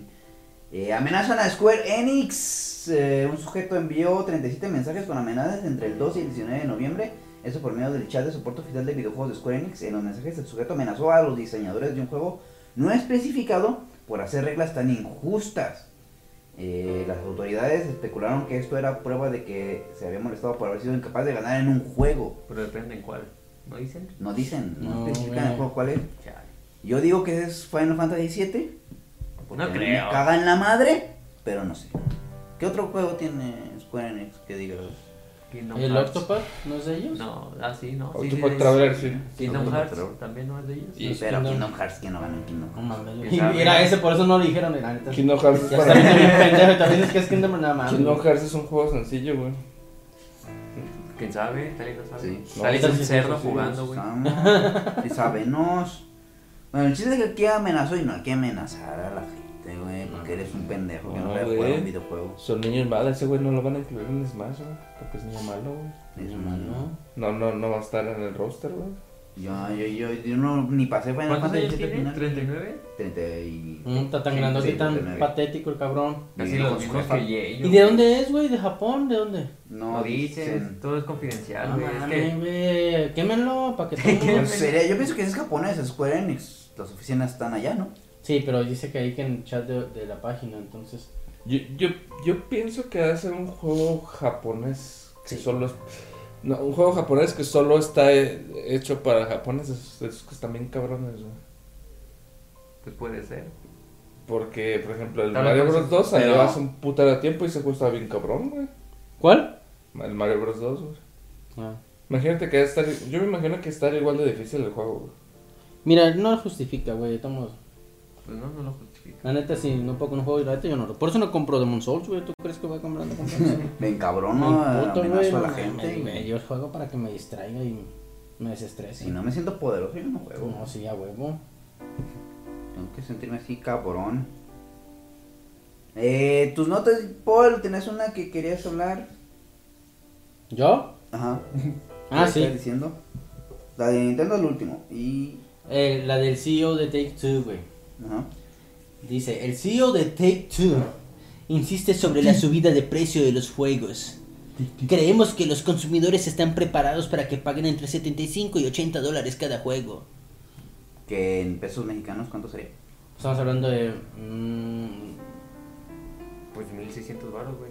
A: Eh, amenazan a Square Enix. Eh, un sujeto envió 37 mensajes con amenazas entre el 2 y el 19 de noviembre. Eso por medio del chat de soporte oficial de videojuegos de Square Enix. En los mensajes, el sujeto amenazó a los diseñadores de un juego no especificado por hacer reglas tan injustas. Eh, las autoridades especularon que esto era prueba de que se había molestado por haber sido incapaz de ganar en un juego.
C: Pero depende en cuál. ¿No dicen?
A: No dicen, no,
B: No,
A: especifican
B: güey.
A: el juego cuál es.
C: Chale.
A: Yo digo que es Final Fantasy VII. Porque
C: No
A: me
C: creo.
A: Caga en la madre, pero no sé. ¿Qué otro juego tiene Square Enix que diga?
C: Kingdom
B: ¿El
C: Hearts.
B: Octopath? ¿No es de ellos?
C: No, ah, sí, no. Sí, sí,
D: Octopath
C: es-
D: Traveler, sí.
C: Kingdom
A: Octopath
C: Hearts
A: Traveler.
C: también no es de ellos.
B: Y
A: pero
B: Kingdom-
A: Kingdom Hearts, ¿quién no gana en Kingdom
B: No
A: Hearts?
B: mames,
C: ¿Quién
B: güey.
C: sabe?
B: Mira, ese por eso no lo dijeron, la neta.
D: Kingdom Hearts es
B: Ya está viendo
D: para...
B: bien pendejo y también es que es Kingdom nada más.
D: Kingdom Hearts es un juego sencillo, güey.
C: ¿Quién sabe? Tal y no sabe.
A: Sí.
C: Tal y
B: No,
C: es
B: sí,
C: un
B: sí,
C: cerdo
B: sí, Ah. sí,
C: jugando, güey.
A: Estamos, y sabenos. Bueno, el chiste es que aquí amenazó y no hay que amenazar a la gente. Cállate, güey, porque eres un pendejo que
D: No,
A: no sabe
D: güey.
A: jugar un videojuego.
D: Son niños malos, ese güey no lo van a incluir en Smash, güey. Porque es niño malo, güey.
A: Eso no, no.
D: No, no, no va a estar en el roster, güey.
A: Yo, yo, yo, yo no ni pasé Final
C: ¿Cuántos
A: Fantasy
C: años
A: VII
C: tiene?
A: final.
C: ¿39?
A: 30 y...
B: Mm, Está tan
A: Sí,
B: grandote y
A: sí,
B: tan
A: 39.
B: patético el cabrón.
C: Casi
A: Y
C: los
A: con
C: mismos
A: Square.
C: que Yeyo.
B: ¿Y de dónde es, güey? ¿De Japón? ¿De dónde?
A: No
C: No
A: dicen.
C: dicen, todo es confidencial,
B: No
C: Ah, güey. Es
B: mames,
C: que
B: güey. Quémenlo para que todo el mundo-
A: Pues sería, yo pienso que es japonés, Square Enix. Las oficinas están allá, ¿no?
B: Sí, pero dice que ahí que en el chat de, de la página, entonces.
D: Yo, yo, yo pienso que hace un juego japonés que
B: Sí.
D: solo es. No, un juego japonés que solo está he- hecho para japoneses, esos que están bien cabrones, güey.
C: pues puede ser.
D: Porque, por ejemplo, el
C: Tal vez
D: Mario
C: por eso-
D: Bros. 2 salió
A: pero-
D: hace un putero de tiempo y se juega bien cabrón, güey.
B: ¿Cuál?
D: El Mario Bros. 2, güey.
B: Ah.
D: Imagínate que va a estar. Yo me imagino que estar igual de difícil el juego, güey.
B: Mira, no lo justifica, güey. Estamos.
C: Pues no, no lo justifico.
B: La neta, si no puedo con un juego y la neta, yo no lo. Por eso no compro Demon Souls, güey. ¿Tú crees que voy comprando con Demon Souls?
A: Me
B: Me
A: encabrono, eh,
B: emputo, güey,
A: amenazo a
B: no
A: la
B: mames,
A: gente.
B: güey,
A: y-
B: Yo juego para que me distraiga y me desestrese.
A: Si no me siento poderoso, yo no juego.
B: No, sí, a huevo.
A: Tengo que sentirme así, cabrón. Eh, tus notas, Paul, tenés una que querías hablar.
B: ¿Yo?
A: Ajá.
B: Ah,
A: ¿Qué
B: sí.
A: estás diciendo? La de Nintendo es el último. Y.
B: Eh, la del CEO de Take Two, güey.
A: Ajá.
B: Dice, el CEO de Take Two insiste sobre la subida de precio de los juegos. Creemos que los consumidores están preparados para que paguen entre 75 y 80 dólares cada juego.
A: Que en pesos mexicanos, ¿cuánto sería?
B: Estamos hablando de... mm,
C: Pues 1600 baros, güey.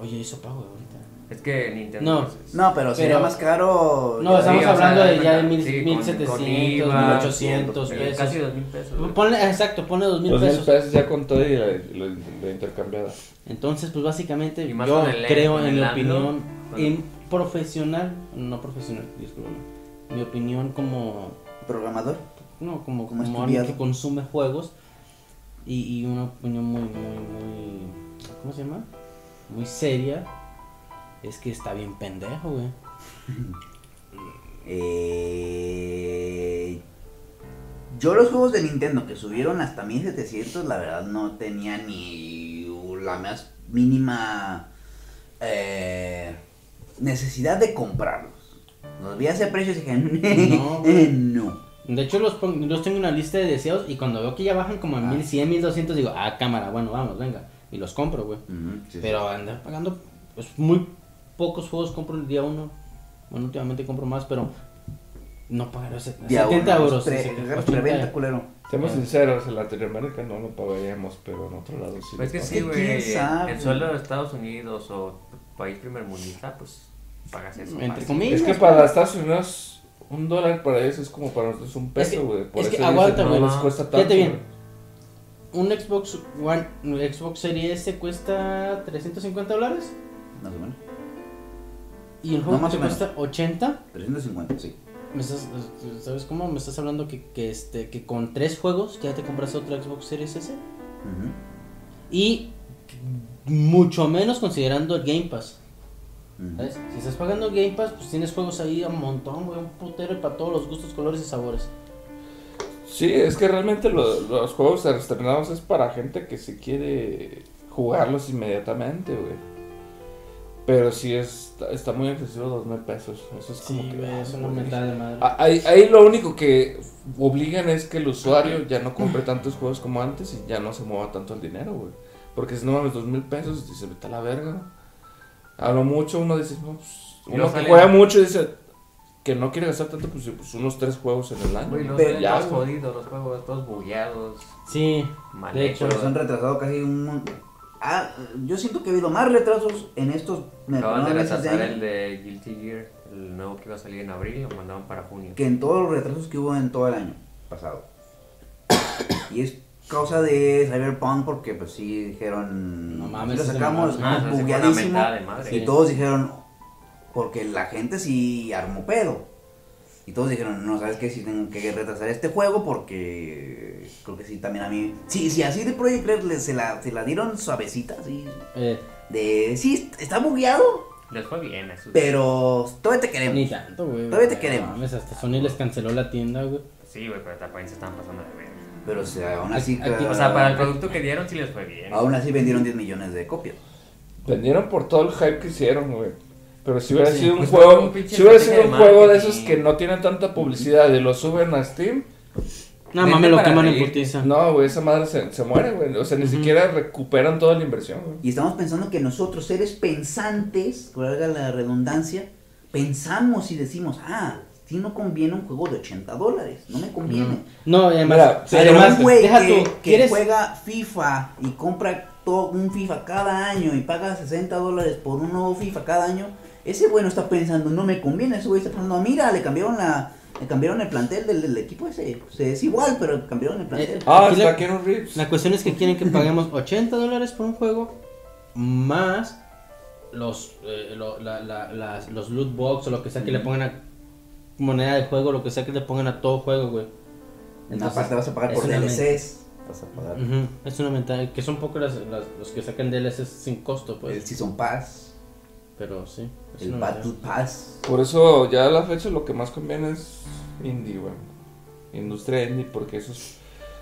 B: oye, eso pago ahorita.
C: Es que Nintendo.
B: No.
C: es-
A: No, pero sería
B: Pero-
A: más caro. eh,
B: No, estamos
C: Sí, o sea,
B: hablando de
C: cuenta,
B: ya de mil-
C: sí, con-
B: 1700,
C: con IVA,
B: 1800
C: eh,
B: pesos.
C: Casi 2000 pesos. güey.
B: Ponle, exacto, ponle dos mil
D: Los mil
B: pesos.
D: pesos ya con todo y la, la- la intercambiada.
B: Entonces, pues básicamente
C: Y más
B: yo
C: con el-
B: creo
C: con
B: en
C: el
B: la
C: AMLO,
B: opinión
C: con-
B: en profesional, no profesional, discúlpame. Mi opinión como
A: Programador.
B: no como,
A: Como
B: como, alguien
A: estudiado.
B: que consume juegos y, y una opinión muy muy muy ¿cómo se llama? Muy seria es que está bien pendejo, güey.
A: Eh, yo los juegos de Nintendo que subieron hasta 1700, la verdad no tenía ni la más mínima eh, necesidad de comprarlos. Los vi a ese precio y dije,
B: No,
A: no.
B: güey.
A: no.
B: De hecho los pon- los tengo en una lista de deseos y cuando veo que ya bajan como a
A: Ah.
B: 1100, 1200 digo, "Ah, cámara, bueno, vamos, venga." Y los compro, güey.
A: Ujú, sí, sí.
B: Pero andar pagando, pues muy pocos juegos compro el día uno. Bueno, últimamente compro más, pero no pagaré ese-
A: Día
B: 70
A: uno,
B: euros.
A: pre-
B: sí, sí,
A: preventa,
B: 80.
A: culero.
D: Seamos
B: Eh.
D: sinceros, en Latinoamérica no lo pagaríamos, pero en otro lado sí.
C: Pues
D: lo
C: que sí,
A: ¿Quién
C: güey.
A: sabe?
C: El sueldo de Estados Unidos o país primermundista, pues pagas eso.
B: Entre
C: fácil.
B: comillas.
D: Es que para Estados Unidos, un dólar para ellos es como para nosotros un
B: Es que-
D: peso, güey. Por
B: es que
D: eso dicen,
B: aguanta,
D: no
B: güey.
D: nos cuesta tanto.
B: Fíjate bien.
D: güey.
B: Un Xbox One, un Xbox Series S cuesta 350 dólares
A: Más o menos.
B: y el
A: No,
B: juego
A: más
B: te
A: o menos.
B: cuesta 80.
A: 350, sí.
B: Me estás- ¿Sabes cómo? Me estás hablando que, que, este, que con tres juegos ya te compras otro Xbox Series S
A: Ujú.
B: y mucho menos considerando el Game Pass.
A: Ujú.
B: ¿Sabes? Si estás pagando el Game Pass, pues tienes juegos ahí a un montón, güey, un putero y para todos los gustos, colores y sabores.
D: Sí, es que realmente lo- los juegos estrenados es para gente que se quiere jugarlos inmediatamente, güey. Pero sí es, está muy accesible dos mil pesos. Eso es como que. ah,
B: es una
D: güey.
B: mentada de madre.
D: Ah, Ahí, ahí lo único que obligan es que el usuario ya no compre tantos juegos como antes y ya no se mueva tanto el dinero, güey. Porque si no mames, dos mil pesos, dice, vete a la verga. A lo mucho uno dice, no, pues,
C: Y
D: uno
C: luego
D: que
C: sale-
D: juega mucho dice que no quiere gastar tanto, pues, pues, unos tres juegos en el año.
C: Güey, los
A: Pero
C: salen
D: ya,
C: todos
D: güey.
C: jodidos, los juegos todos bugueados,
B: Sí,
C: mal
B: De hecho,
A: Pero se han
C: hechos.
A: retrasado casi un montón. Ah, yo siento que ha habido más retrasos en estos en el
C: Acaban de
A: primer mes este
C: retrasar
A: año
C: el de Guilty Gear, el nuevo que iba a salir en abril, lo mandaban para junio.
A: que en todos los retrasos que hubo en todo el año pasado. Y es causa de Cyberpunk porque pues sí dijeron,
B: No mames,
A: lo
B: ese
A: sacamos
B: mamá.
C: Ah, se hace una
A: bugueadísimo
C: mentada de madre.
A: y todos dijeron porque la gente sí armó pedo. Y todos dijeron, no, ¿sabes qué? Sí tengo que retrasar este juego porque creo que sí también a mí. Sí, sí, así de Project Red le- se la, se la dieron suavecita, así
B: eh,
A: de sí, está bugueado,
C: Les fue bien a sus-
A: pero todavía te
B: ni
A: queremos.
B: tanto, güey.
A: Todavía te
B: No
A: queremos.
B: mames, hasta Sony les canceló la tienda, güey.
C: Sí, güey, pero también se estaban pasando de verga.
A: Pero o sea, aún así. ah,
D: Aquí-
C: O sea, para el producto que dieron sí les fue bien.
A: Aún así vendieron 10 millones de copias.
D: Vendieron por todo el hype que hicieron, güey. Pero si hubiera
C: Sí,
D: sido un
C: pues,
D: juego,
C: fue un pinche
D: si hubiera sido un
C: estrategia de
D: juego de
C: marketing.
D: esos que no tiene tanta publicidad y lo suben a Steam,
B: No
C: Vente
B: Ah, mames, lo
C: para
B: queman en
C: reír.
B: putiza.
D: no, güey, esa madre se, se muere, güey. O sea, ni siquiera recuperan toda la inversión, güey.
A: Y estamos pensando que nosotros, seres pensantes, valga la redundancia, pensamos y decimos, ah, si no conviene un juego de 80 dólares, no me conviene.
B: No, y además,
D: Mira,
A: Pero
B: además,
A: un güey
B: deja
A: que,
B: tú,
A: que
B: ¿quieres?
A: juega FIFA y compra to- un FIFA cada año y paga 60 dólares por un nuevo FIFA cada año, ese güey no está pensando, no me conviene, ese güey está pensando, mira, le cambiaron la... Le cambiaron el plantel del, del equipo ese. O sea, es igual, pero cambiaron el plantel.
B: Eh,
D: Ah,
B: Aquí
D: está
B: la-
D: Keanu Reeves.
B: La cuestión es que quieren que paguemos 80 dólares por un juego más los, eh, lo- la- la- las- los loot box o lo que sea que le pongan a moneda de juego, lo que sea que le pongan a todo juego, güey. Entonces,
A: Aparte vas a pagar
B: es
A: por
B: una men-
A: DLCs. Vas a pagar
B: Ujú, es una mentalidad que son pocos las, las- los que sacan DLCs sin costo, pues.
A: el Season Pass,
B: Pero sí. es
A: el
B: una
A: Battle
B: mentalidad.
A: Pass.
D: Por eso ya a la fecha lo que más conviene es indie, güey. Industria indie, porque esos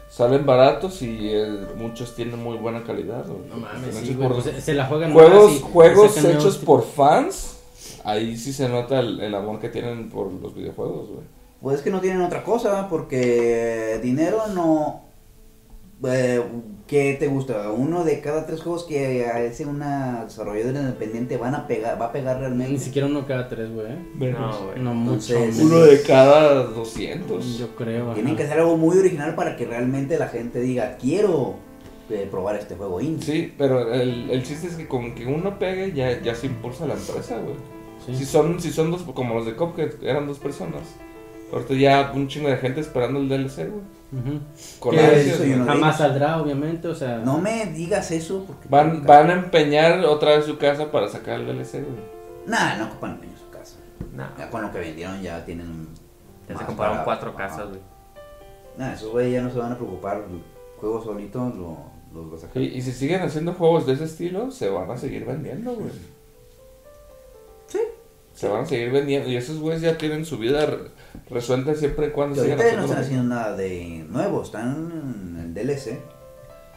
D: salen baratos y eh, muchos tienen muy buena calidad, güey.
B: No mames,
D: Están
B: sí,
D: hechos
B: güey,
D: por-
B: pues, se, se la juegan
D: Juegos,
B: más y- y
D: juegos
B: sacan nuevos
D: hechos
B: tipos.
D: por fans, ahí sí se nota el, el amor que tienen por los videojuegos, güey.
A: Pues es que no tienen otra cosa, porque dinero no... eh, ¿Qué te gusta? Uno de cada tres juegos que hace una desarrolladora independiente van a pegar, va a pegar
B: Ni
A: realmente.
B: siquiera uno cada tres, güey. ¿eh?
C: No, güey.
B: No mucho.
A: Entonces,
B: güey.
D: Uno de cada 200.
B: Yo creo.
A: Tienen
B: ajá.
A: que hacer algo muy original para que realmente la gente diga, quiero eh, probar este juego indie.
D: Sí, pero el, el chiste es que con que uno pegue ya, ya se impulsa la empresa, güey.
B: Sí.
D: Si son, si son dos, como los de Cuphead, eran dos personas. Ahorita ya un chingo de gente esperando el DLC, güey.
B: Ujú.
D: Con
A: Que
D: ansias,
A: eso
D: güey.
A: yo no-
B: Jamás saldrá, obviamente, o sea.
A: No me digas eso porque...
D: Van, van a empeñar otra vez su casa para sacar el DLC, güey.
A: Nah, no ocupan ni su casa.
C: No,
A: Ya con lo que vendieron ya tienen...
C: ya
A: más
C: se compraron
A: para-
C: cuatro
A: Ajá.
C: casas, güey.
A: Nah, esos güeyes ya no se van a preocupar. El juego solito lo, los va a sacar.
D: Y, y si siguen haciendo juegos de ese estilo, se van a seguir vendiendo, güey.
A: Sí.
D: Se van a seguir vendiendo. Y esos güeyes ya tienen su vida re- resuelta siempre y cuando
A: Que
D: sigan
A: ahorita no
D: haciendo
A: están
D: lo que-
A: haciendo nada de nuevo, están en el DLC.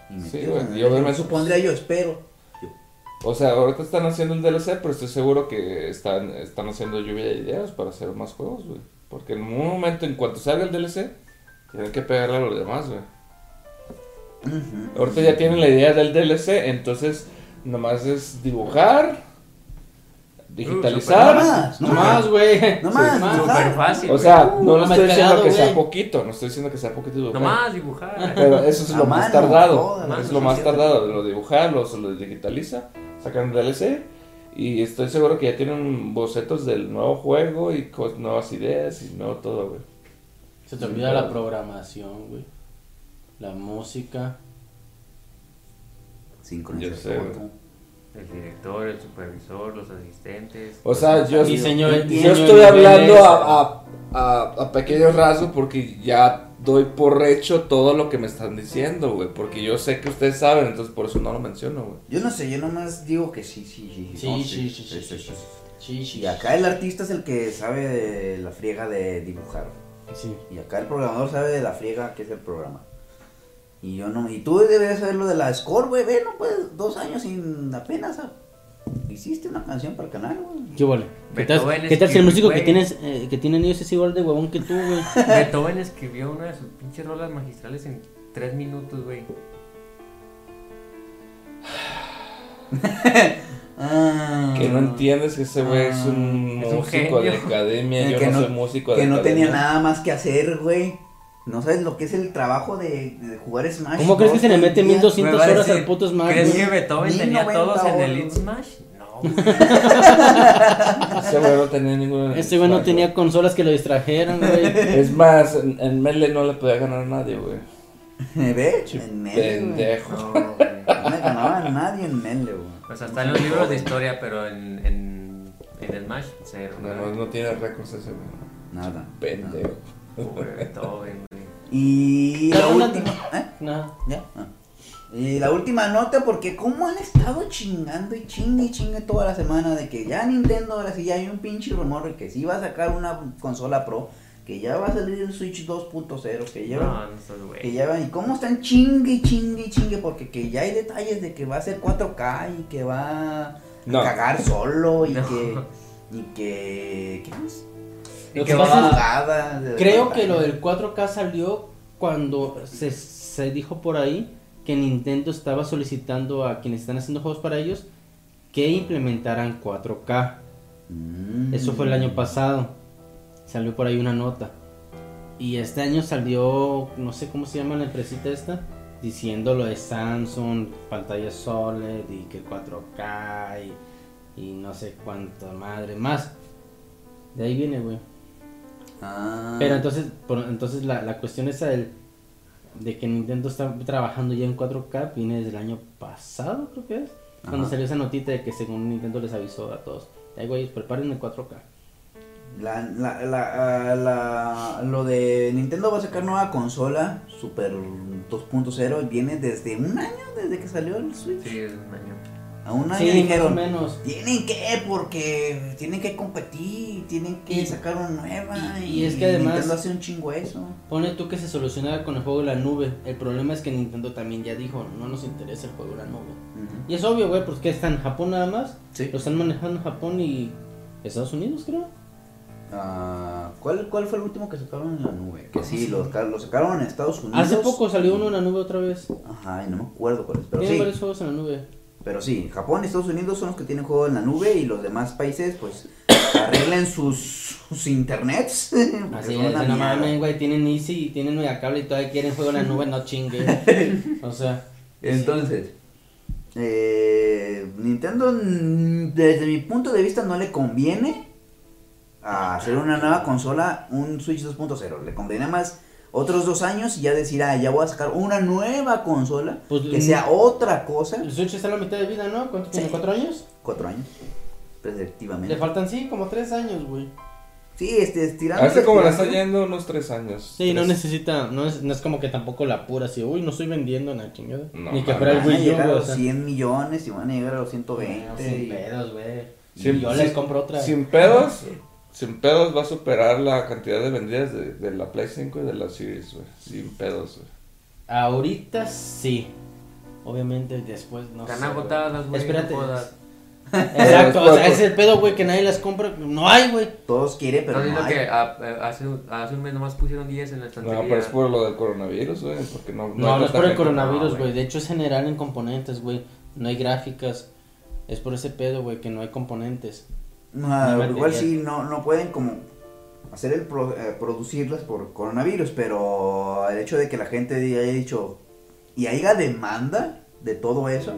A: Y
D: Sí,
A: metidos
D: güey,
A: en el DLC.
D: y
B: pues.
D: obviamente-
A: Supondría yo, espero.
D: O sea, ahorita están haciendo el DLC, pero estoy seguro que están, están haciendo lluvia de ideas para hacer más juegos, güey. Porque en un momento, en cuanto salga el DLC, tienen que pegarle a los demás, güey.
A: Ujú.
D: Ahorita ya tienen la idea del DLC, entonces nomás es dibujar, digitalizar.
A: Nada más,
B: Ah, No más, güey.
A: No más,
B: Sí,
A: no más.
C: Súper fácil.
D: O sea,
B: Uh,
D: no lo
B: no me
D: estoy
B: has
D: diciendo
B: pegado,
D: que sea
B: güey.
D: poquito, no estoy diciendo que sea poquito dibujar.
C: nomás dibujar.
D: Pero eso es
A: A
D: lo más
A: mano,
D: tardado.
A: joder,
D: es
C: eso
D: lo
A: sí
D: más
A: es cierto.
D: tardado. Lo dibujar, lo, se lo digitaliza, sacan el DLC. Y estoy seguro que ya tienen bocetos del nuevo juego y con nuevas ideas y nuevo todo, güey.
B: Se te olvida la programación, güey. La música.
A: Sincronizar
D: Yo sé,
A: todo.
D: güey.
C: El director, el supervisor, los asistentes.
D: O
A: Pues,
D: sea, yo,
B: Diseño de-
D: yo
B: diseño de
D: estoy hablando
B: niveles.
D: a, a, a- a pequeños rasgos porque ya doy por hecho todo lo que me están diciendo, güey. Porque yo sé que ustedes saben, entonces por eso no lo menciono, güey.
A: Yo no sé, yo nomás digo que sí, sí, sí.
B: Sí,
A: no,
B: sí, sí, sí, sí, sí. Sí, sí.
A: Y acá el artista es el que sabe de la friega de dibujar.
B: Sí.
A: Y acá el programador sabe de la friega que es el programa. Y yo no, y tú deberías saber lo de la score, güey, ve, no puedes, dos años sin apenas ah, hiciste una canción para el canal, güey.
B: ¿Qué vale? ¿Qué
C: Beethoven
B: tal, ¿qué tal si el
C: escribió,
B: músico que,
C: güey.
B: tienes, eh, que tienen ellos es igual de huevón que tú, güey?
C: Beethoven escribió una de sus pinches rolas magistrales en tres minutos, güey.
A: Ah.
D: Que no entiendes que ese güey es un
C: Es un
D: músico de
C: genio.
D: academia, yo
A: que
D: no soy músico de
A: que no
D: academia.
A: tenía nada más que hacer, güey. No sabes lo que es el trabajo de, de jugar Smash.
B: ¿Cómo crees que se le mete
A: mil
B: 1200
C: Me
B: horas
C: parece-
B: al puto Smash,
C: ¿Crees
B: güey?
C: que Beethoven
A: Ni
C: tenía
A: 90
C: todos en el
A: horas.
C: Elite Smash? No, güey.
D: Ese güey no tenía ninguna.
B: Este güey no tenía consolas que lo distrajeran, güey.
D: Es más, en, en Melee no le podía ganar a nadie, güey.
A: ¿Ve?
D: Chi-
A: En Mele, güey.
D: Pendejo.
C: No, güey.
A: No me ganaba a nadie en Mele, güey.
C: O sea, están Pues los libros de historia, pero en, en, en Smash, cero.
D: No, no, no tiene récords ese güey.
A: Nada.
D: Pendejo.
C: Pobre Beethoven, güey.
A: Y la
B: No, no, no.
A: última. ¿eh?
B: No.
A: ¿Ya? Ah. Y la última nota, porque cómo han estado chingando y chingue y chingue toda la semana de que ya Nintendo, ahora sí, ya hay un pinche rumor de que sí va a sacar una consola pro, que ya va a salir el Switch 2.0, que ya
C: No, no estás,
A: que
C: güey.
A: ya van, y cómo están chingue, chingue, chingue, porque que ya hay detalles de que va a ser 4K y que va a
D: No.
A: cagar solo y
C: No.
A: que y que ¿qué más?
C: Y
B: Lo
C: que
B: que
C: va
B: pasa
C: a-
A: Jugada de-
B: Creo que lo del 4K salió cuando se, se dijo por ahí que Nintendo estaba solicitando a quienes están haciendo juegos para ellos que implementaran 4K.
A: Mm.
B: Eso fue el año pasado. Salió por ahí una nota. Y este año salió, no sé cómo se llama la empresita esta, diciendo lo de Samsung, pantalla SOLED y que 4K y, y no sé cuánta madre más. De ahí viene, güey.
A: Ah.
B: Pero entonces, por- entonces la, la cuestión esa del, de que Nintendo está trabajando ya en 4K viene desde el año pasado, creo que es. Cuando
A: Ajá.
B: salió esa notita de que según Nintendo les avisó a todos, ay güey, preparen el 4K.
A: La, la, la, ah, la- lo de Nintendo va a sacar nueva consola, Super 2.0, y viene desde un año, desde que salió el Switch.
C: Sí, es un año.
A: A un año
B: Sí, más o
A: dijeron,
B: menos.
A: tienen que, porque tienen que competir, tienen que
B: Y-
A: sacar una nueva.
B: y- y es que además-
A: Nintendo hace un chingo eso.
B: Pone tú que se solucionara con el juego de la nube. El problema es que Nintendo también ya dijo, no nos interesa el juego de la nube. Y es obvio, güey, porque está en Japón nada más.
A: Sí.
B: Lo están manejando en Japón y Estados Unidos, creo.
A: Ah, ¿cuál, ¿Cuál fue el último que sacaron en la nube? Que sí, lo, saca- lo sacaron en Estados Unidos.
B: Hace poco salió uno en la nube otra vez.
A: Ajá, y no me acuerdo cuál es, pero
B: Tienen
A: sí.
B: varios juegos en la nube.
A: Pero sí, Japón y Estados Unidos son los que tienen juego en la nube y los demás países pues arreglen sus, sus internets. porque
B: Así
A: son
B: es,
A: una
B: no
A: mierda.
B: mames, güey, tienen Easy y tienen Megacable y todavía quieren juego en la nube, no chingue. O sea,
A: Entonces, eh, Nintendo mm, desde mi punto de vista no le conviene a hacer una nueva consola, un Switch 2.0. Le conviene más otros dos años y ya decir, ah, ya voy a sacar una nueva consola
B: Pues,
A: que sea otra cosa.
B: el Switch está a la mitad de vida, ¿no? ¿Cuánto tiene?
A: Sí.
B: ¿Cuatro años?
A: Cuatro años,
B: Le
A: efectivamente.
B: faltan, sí, como tres años, güey.
A: Sí, este, estirando.
D: Hace como la está
A: estirando.
D: yendo unos tres años.
B: Sí, no
D: Tres.
B: necesita, no es, no es como que tampoco la apura así, uy, no estoy vendiendo nada chingada.
D: No,
B: Ni que
D: no,
B: fuera el
A: Van a
B: Wii U,
A: llegar a
B: güey, o
A: los
B: sea. Ah,
A: 100 millones y van a llegar a los
B: Bueno,
A: 120.
B: sin
A: y-
B: pedos, güey.
D: Sin-
B: Y yo
D: sin-
B: les compro otra.
D: Sin pedos, sin pedos va a superar la cantidad de vendidas de, de la Play 5 y de la Series, güey. Sin pedos, güey.
B: Ahorita sí. Obviamente después no
C: Están
B: sé, güey.
C: agotadas las güey.
B: Espérate.
C: no jodas.
B: Exacto, o sea, ese pedo, güey, que nadie las compra, no hay, güey.
A: Todos quieren, pero
C: Estás
A: no
C: viendo
A: hay.
C: que ah, eh, hace, un- hace un mes nomás pusieron 10 en la
D: No,
C: estantería.
D: pero es por lo del coronavirus, güey. Porque no,
B: No, no, es por el
D: tratamiento.
B: coronavirus,
C: no,
B: güey.
C: güey.
B: de hecho es general en componentes, güey. No hay gráficas. Es por ese pedo, güey, que no hay componentes.
A: Ah,
B: No hay
A: igual
B: material.
A: sí, no, no pueden como hacer el pro- eh, producirlas por coronavirus, pero el hecho de que la gente haya dicho y haya demanda de todo eso,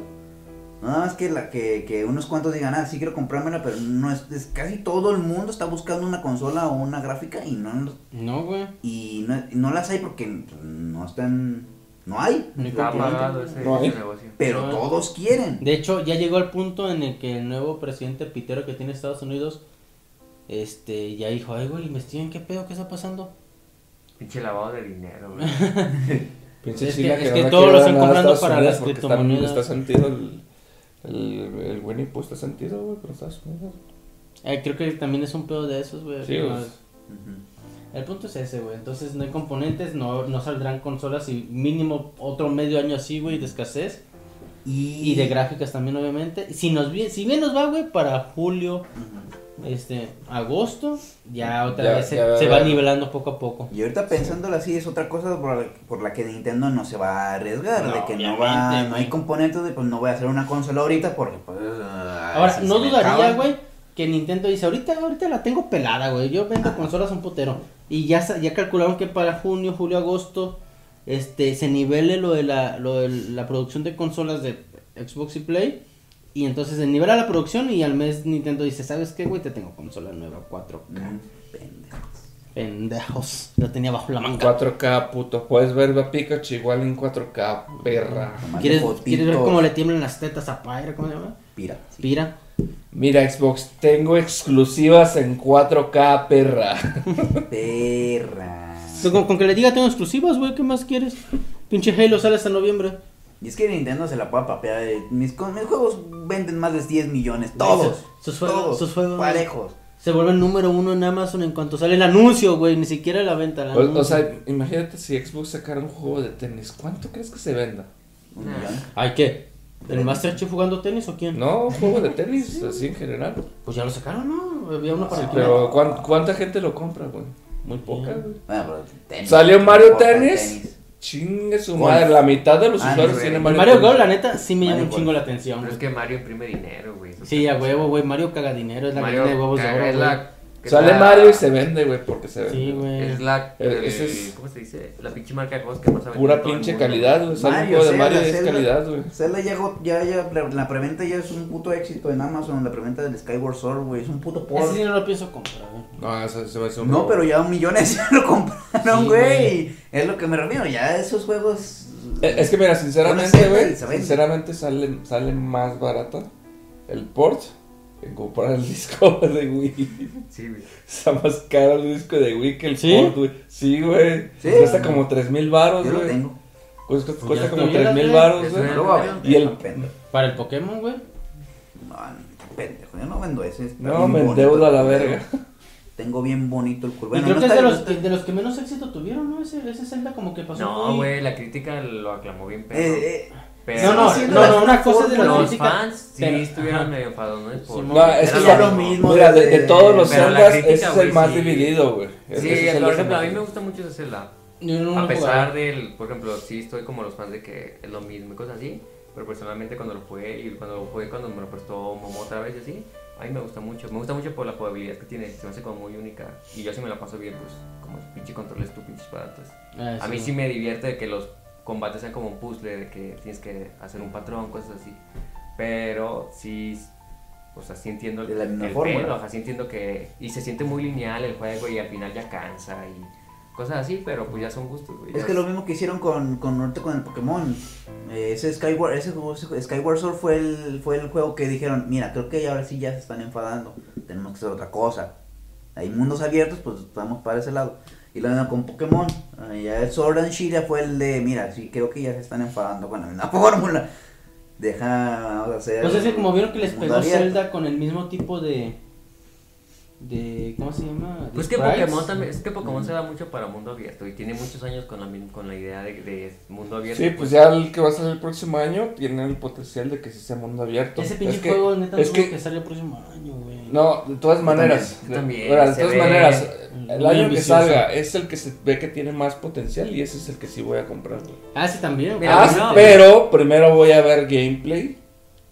A: nada más que la que, que unos cuantos digan, ah, sí quiero comprármela, pero no es, es- casi todo el mundo está buscando una consola o una gráfica y no
B: No, güey.
A: y no, y no las hay porque no están, no hay,
B: No hay
C: Está apagado ese,
D: No hay.
C: ese negocio.
A: pero
B: No hay.
A: todos quieren.
B: De hecho, ya llegó al punto en el que el nuevo presidente Pitero que tiene Estados Unidos, este, ya dijo, ay, güey, investiguen qué pedo, qué está pasando.
C: Pinche lavado de dinero, güey.
D: Pinche
B: Es que-
D: China
B: es que
D: no le
B: todos lo
D: quiere dar
B: están
D: nada a
B: comprando
D: Estados
B: para
D: Unidos
B: las
D: porque están-
B: criptomonedas.
D: Está sentido el. El, el Winnie Pooh está sentido, güey, con Estados Unidos.
B: Eh, creo que también es un pedo de esos, güey.
D: Sí,
B: No,
D: pues.
A: Ujú.
B: El punto es ese, güey. Entonces no hay componentes, no, no saldrán consolas y mínimo otro medio año así, güey, de escasez. Y de gráficas también, obviamente. Si, nos, bien- si bien nos va, güey, para julio,
A: Ujú.
B: este, agosto, ya otra
D: Ya-
B: vez se,
D: ya-
B: se va nivelando poco a poco.
A: Y ahorita pensándolo así es otra cosa por la, por la que Nintendo no se va a arriesgar,
B: No,
A: de que no
B: obviamente,
A: va, no
B: güey.
A: hay componentes de pues no voy a hacer una consola ahorita porque pues
B: Ahora,
A: si
B: no
A: se me
B: dudaría,
A: acaban.
B: güey, que Nintendo dice, ahorita, ahorita la tengo pelada, güey. Yo vendo consolas un putero. Y ya, sa- ya calcularon que para junio, julio, agosto, este, se nivele lo de la, lo de la producción de consolas de Xbox y Play. Y entonces se nivela la producción y al mes Nintendo dice, ¿sabes qué, güey? Te tengo consola nueva 4K.
A: Mm, pendejo.
B: Pendejos. La tenía bajo la manga.
D: 4K, puto. Puedes ver a Pikachu igual en 4K, perra.
A: Tomando
B: ¿Quieres,
A: fotitos,
B: quieres ver cómo le tiemblan las tetas a Pyra? ¿Cómo se llama?
A: Pira. sí.
B: Pira.
D: Mira, Xbox, tengo exclusivas en 4K, perra.
A: Perra.
B: Tú Con, con que le diga tengo exclusivas, güey, ¿qué más quieres? Pinche Halo sale hasta noviembre.
A: Y es que Nintendo se la puede papear. eh, Mis, con- mis juegos venden más de 10 millones. Todos.
B: Sus- sus juegos-
A: todos,
B: sus juegos-
A: Parejos.
B: se vuelve el número uno en Amazon en cuanto sale el anuncio, güey. Ni siquiera la venta, el
D: O,
B: anuncio.
D: o sea, imagínate si Xbox sacara un juego de tenis, ¿cuánto crees que se venda?
A: Un
B: Ah.
A: millón.
B: ¿Ay qué? ¿El Masterchef jugando tenis o quién?
D: No, un juego de tenis, así en general.
B: Pues ya lo sacaron, ¿no? Había uno para
D: Sí,
B: el
D: pero ¿cuán- ¿cuánta gente lo compra, güey? Muy poca,
B: Sí.
D: güey.
A: Bueno, pero tenis.
D: Salió Mario
A: Importa
D: Tennis. Chingue su
A: Golf.
D: madre, la mitad de los
A: Ah,
D: usuarios
A: güey.
D: tienen
B: Mario,
D: Mario,
B: Mario Golf,
D: Tennis.
B: la neta, sí me llama
A: Mario
B: un
A: Golf.
B: chingo la atención.
C: Pero es
B: güey.
C: que Mario imprime dinero, güey. eso
B: Sí,
C: está
B: a huevo, güey. Mario caga dinero, es la
C: Mario
B: gallina de huevos de
C: caga,
B: oro.
C: es
B: güey.
C: la,
A: ¿eh?
C: es
D: Sale
C: la-
D: Mario y se vende, güey, porque se vende.
B: Sí, güey.
C: Es la.
D: Eh,
C: el-
D: ese es-
C: ¿Cómo se dice? La pinche marca de juegos que más ha vendido en
D: Pura
C: todo el
D: pinche
C: mundo.
D: calidad, güey. Sale un
A: Mario,
D: juego de
A: Zelda,
D: Mario y es
A: Zelda.
D: calidad, güey.
A: Zelda ya, go- ya, ya, la, la preventa ya es un puto éxito en Amazon, la preventa del Skyward Sword, güey, es un puto por.
B: Ese sí no lo pienso comprar, güey.
D: No, eso se va a hacer
A: No, pero ya millones ya lo compraron,
B: Sí,
A: güey. Es lo que me refiero, ya esos juegos.
D: Eh, Es que mira,
A: Una
D: sinceramente,
A: Z
D: güey,
A: y se vende.
D: sinceramente sale, sale más barata el port que comprar el disco de Wii.
C: Sí, güey.
D: Está más caro el disco de Wii que el
B: ¿Sí?
D: port, güey. Sí, güey.
A: Sí.
D: Cuesta como 3 mil baros,
A: Yo lo
D: güey.
A: tengo.
D: Cuesta,
B: ya
D: cuesta como
B: estuvieras,
D: 3 mil
B: güey.
D: baros,
C: Eso
D: güey.
A: No lo voy a
C: Y
A: vender,
D: el-
A: no, pendejo.
B: Para el Pokémon, güey.
A: No, no, está pendejo, yo no vendo ese. está
D: No,
A: bien
D: me
A: bonito.
D: endeudo a la verga.
A: Tengo bien bonito el culo.
B: y
A: Bueno,
B: creo
A: no
B: que es
A: está-
B: de los, que- de los que menos éxito tuvieron, ¿no? Ese, ese Zelda como que pasó
C: No,
B: muy-
C: güey, la crítica lo aclamó bien, pero.
A: Eh, eh,
C: pero
B: No, no,
A: Sí,
B: no,
A: no,
B: no, una cosa es de la
C: Los
B: crítica.
C: fans sí
B: pero-
C: estuvieron
B: ajá.
C: medio enfadones por.
B: Simón.
D: No, es
A: Era
D: que
A: lo
D: ya
A: mismo
D: Mira, de,
A: desde-
D: de todos los
C: Pero la
D: Zeldas,
C: crítica,
D: ese es
C: güey,
D: el más
C: sí.
D: dividido, güey.
C: Sí,
D: Ese es el
C: por
D: que
C: ejemplo, a
D: más-
C: mí me gusta mucho ese lado.
B: Yo no lo
C: A
B: he
C: pesar
B: jugado.
C: del, por ejemplo, sí estoy como los fans de que es lo mismo y cosas así, pero personalmente cuando lo jugué y cuando lo jugué cuando me lo prestó Momo otra vez y así, a mí me gusta mucho, me gusta mucho por la jugabilidad que tiene, se me hace como muy única y yo si me la paso bien, pues como el pinche controles tu pinche espada, pues.
B: Ah,
C: A mí sí
B: güey.
C: me divierte de que los combates sean como un puzzle, de que tienes que hacer un patrón, cosas así, pero sí... O sea, sí entiendo el,
A: De la misma
C: el
A: forma.
C: pedo, ajá, sí entiendo que... Y se siente muy lineal el juego y al final ya cansa y cosas así, pero pues ya son gustos, güey.
A: Es
C: ya
A: que lo mismo que hicieron con, con, ahorita con el Pokémon. Eh, ese Skyward, ese, juego- ese Skyward Sword fue el, fue el juego que dijeron, mira, creo que ya ahora sí ya se están enfadando, tenemos que hacer otra cosa. Hay mundos abiertos, pues vamos para ese lado. Y lo mismo con Pokémon. Eh, ya el Sword and Shield ya fue el de, mira, sí, creo que ya se están enfadando con la misma fórmula. Deja, vamos a hacer...
B: Pues es que como vieron que les
A: mundo
B: pegó
A: abierto.
B: Zelda con el mismo tipo de. de ¿Cómo se llama? De
C: Pues que
B: sprites.
C: Pokémon también, es que Pokémon se da mucho para mundo abierto y tiene muchos años con la, min- con la idea de, de mundo abierto.
D: Sí, pues ya el que va a salir el próximo año tiene el potencial de que sí sea mundo abierto.
B: Ese pinche
D: es que,
B: juego neta
D: es
B: tuvo que,
D: que,
B: sale el próximo año, güey.
D: no, de todas maneras,
C: también, yo también,
D: ahora, de
C: se
D: todas
C: ve
D: maneras, el
B: muy
D: año que
B: ambicioso.
D: salga es el que se ve que tiene más potencial y ese es el que sí voy a comprar. güey.
B: Ah, sí también, güey.
C: Pero
D: Ah,
C: no.
D: pero primero voy a ver gameplay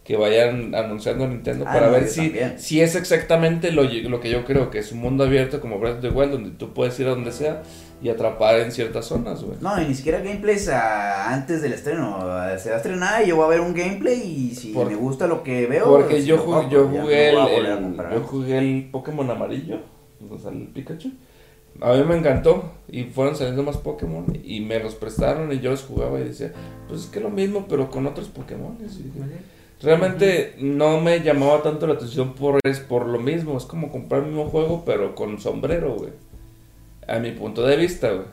D: que vayan anunciando Nintendo
A: Ah,
D: para
A: no,
D: ver
A: yo
D: si,
A: también.
D: si es exactamente lo, ye- lo que yo creo que es un mundo abierto como Breath of the Wild donde tú puedes ir a donde sea y atrapar en ciertas zonas, güey.
A: No, y ni siquiera gameplays ah, antes del estreno. Ah, Se va a estrenar y yo voy a ver un gameplay y si
D: Por-
A: me gusta lo que veo.
D: Porque
A: pues,
D: yo,
A: lo
D: ju-
A: compro,
D: yo
A: ya
D: jugué
A: no voy
D: el,
A: a volver a
D: el-
A: comprar.
D: yo jugué el Pokémon amarillo, donde sale el Pikachu. A mí me encantó y fueron saliendo más Pokémon y me los prestaron y yo los jugaba y decía, pues es que lo mismo pero con otros Pokémon. Realmente no me llamaba tanto la atención por, es por lo mismo, es como comprar el mismo juego pero con sombrero, güey. A mi punto de vista, güey.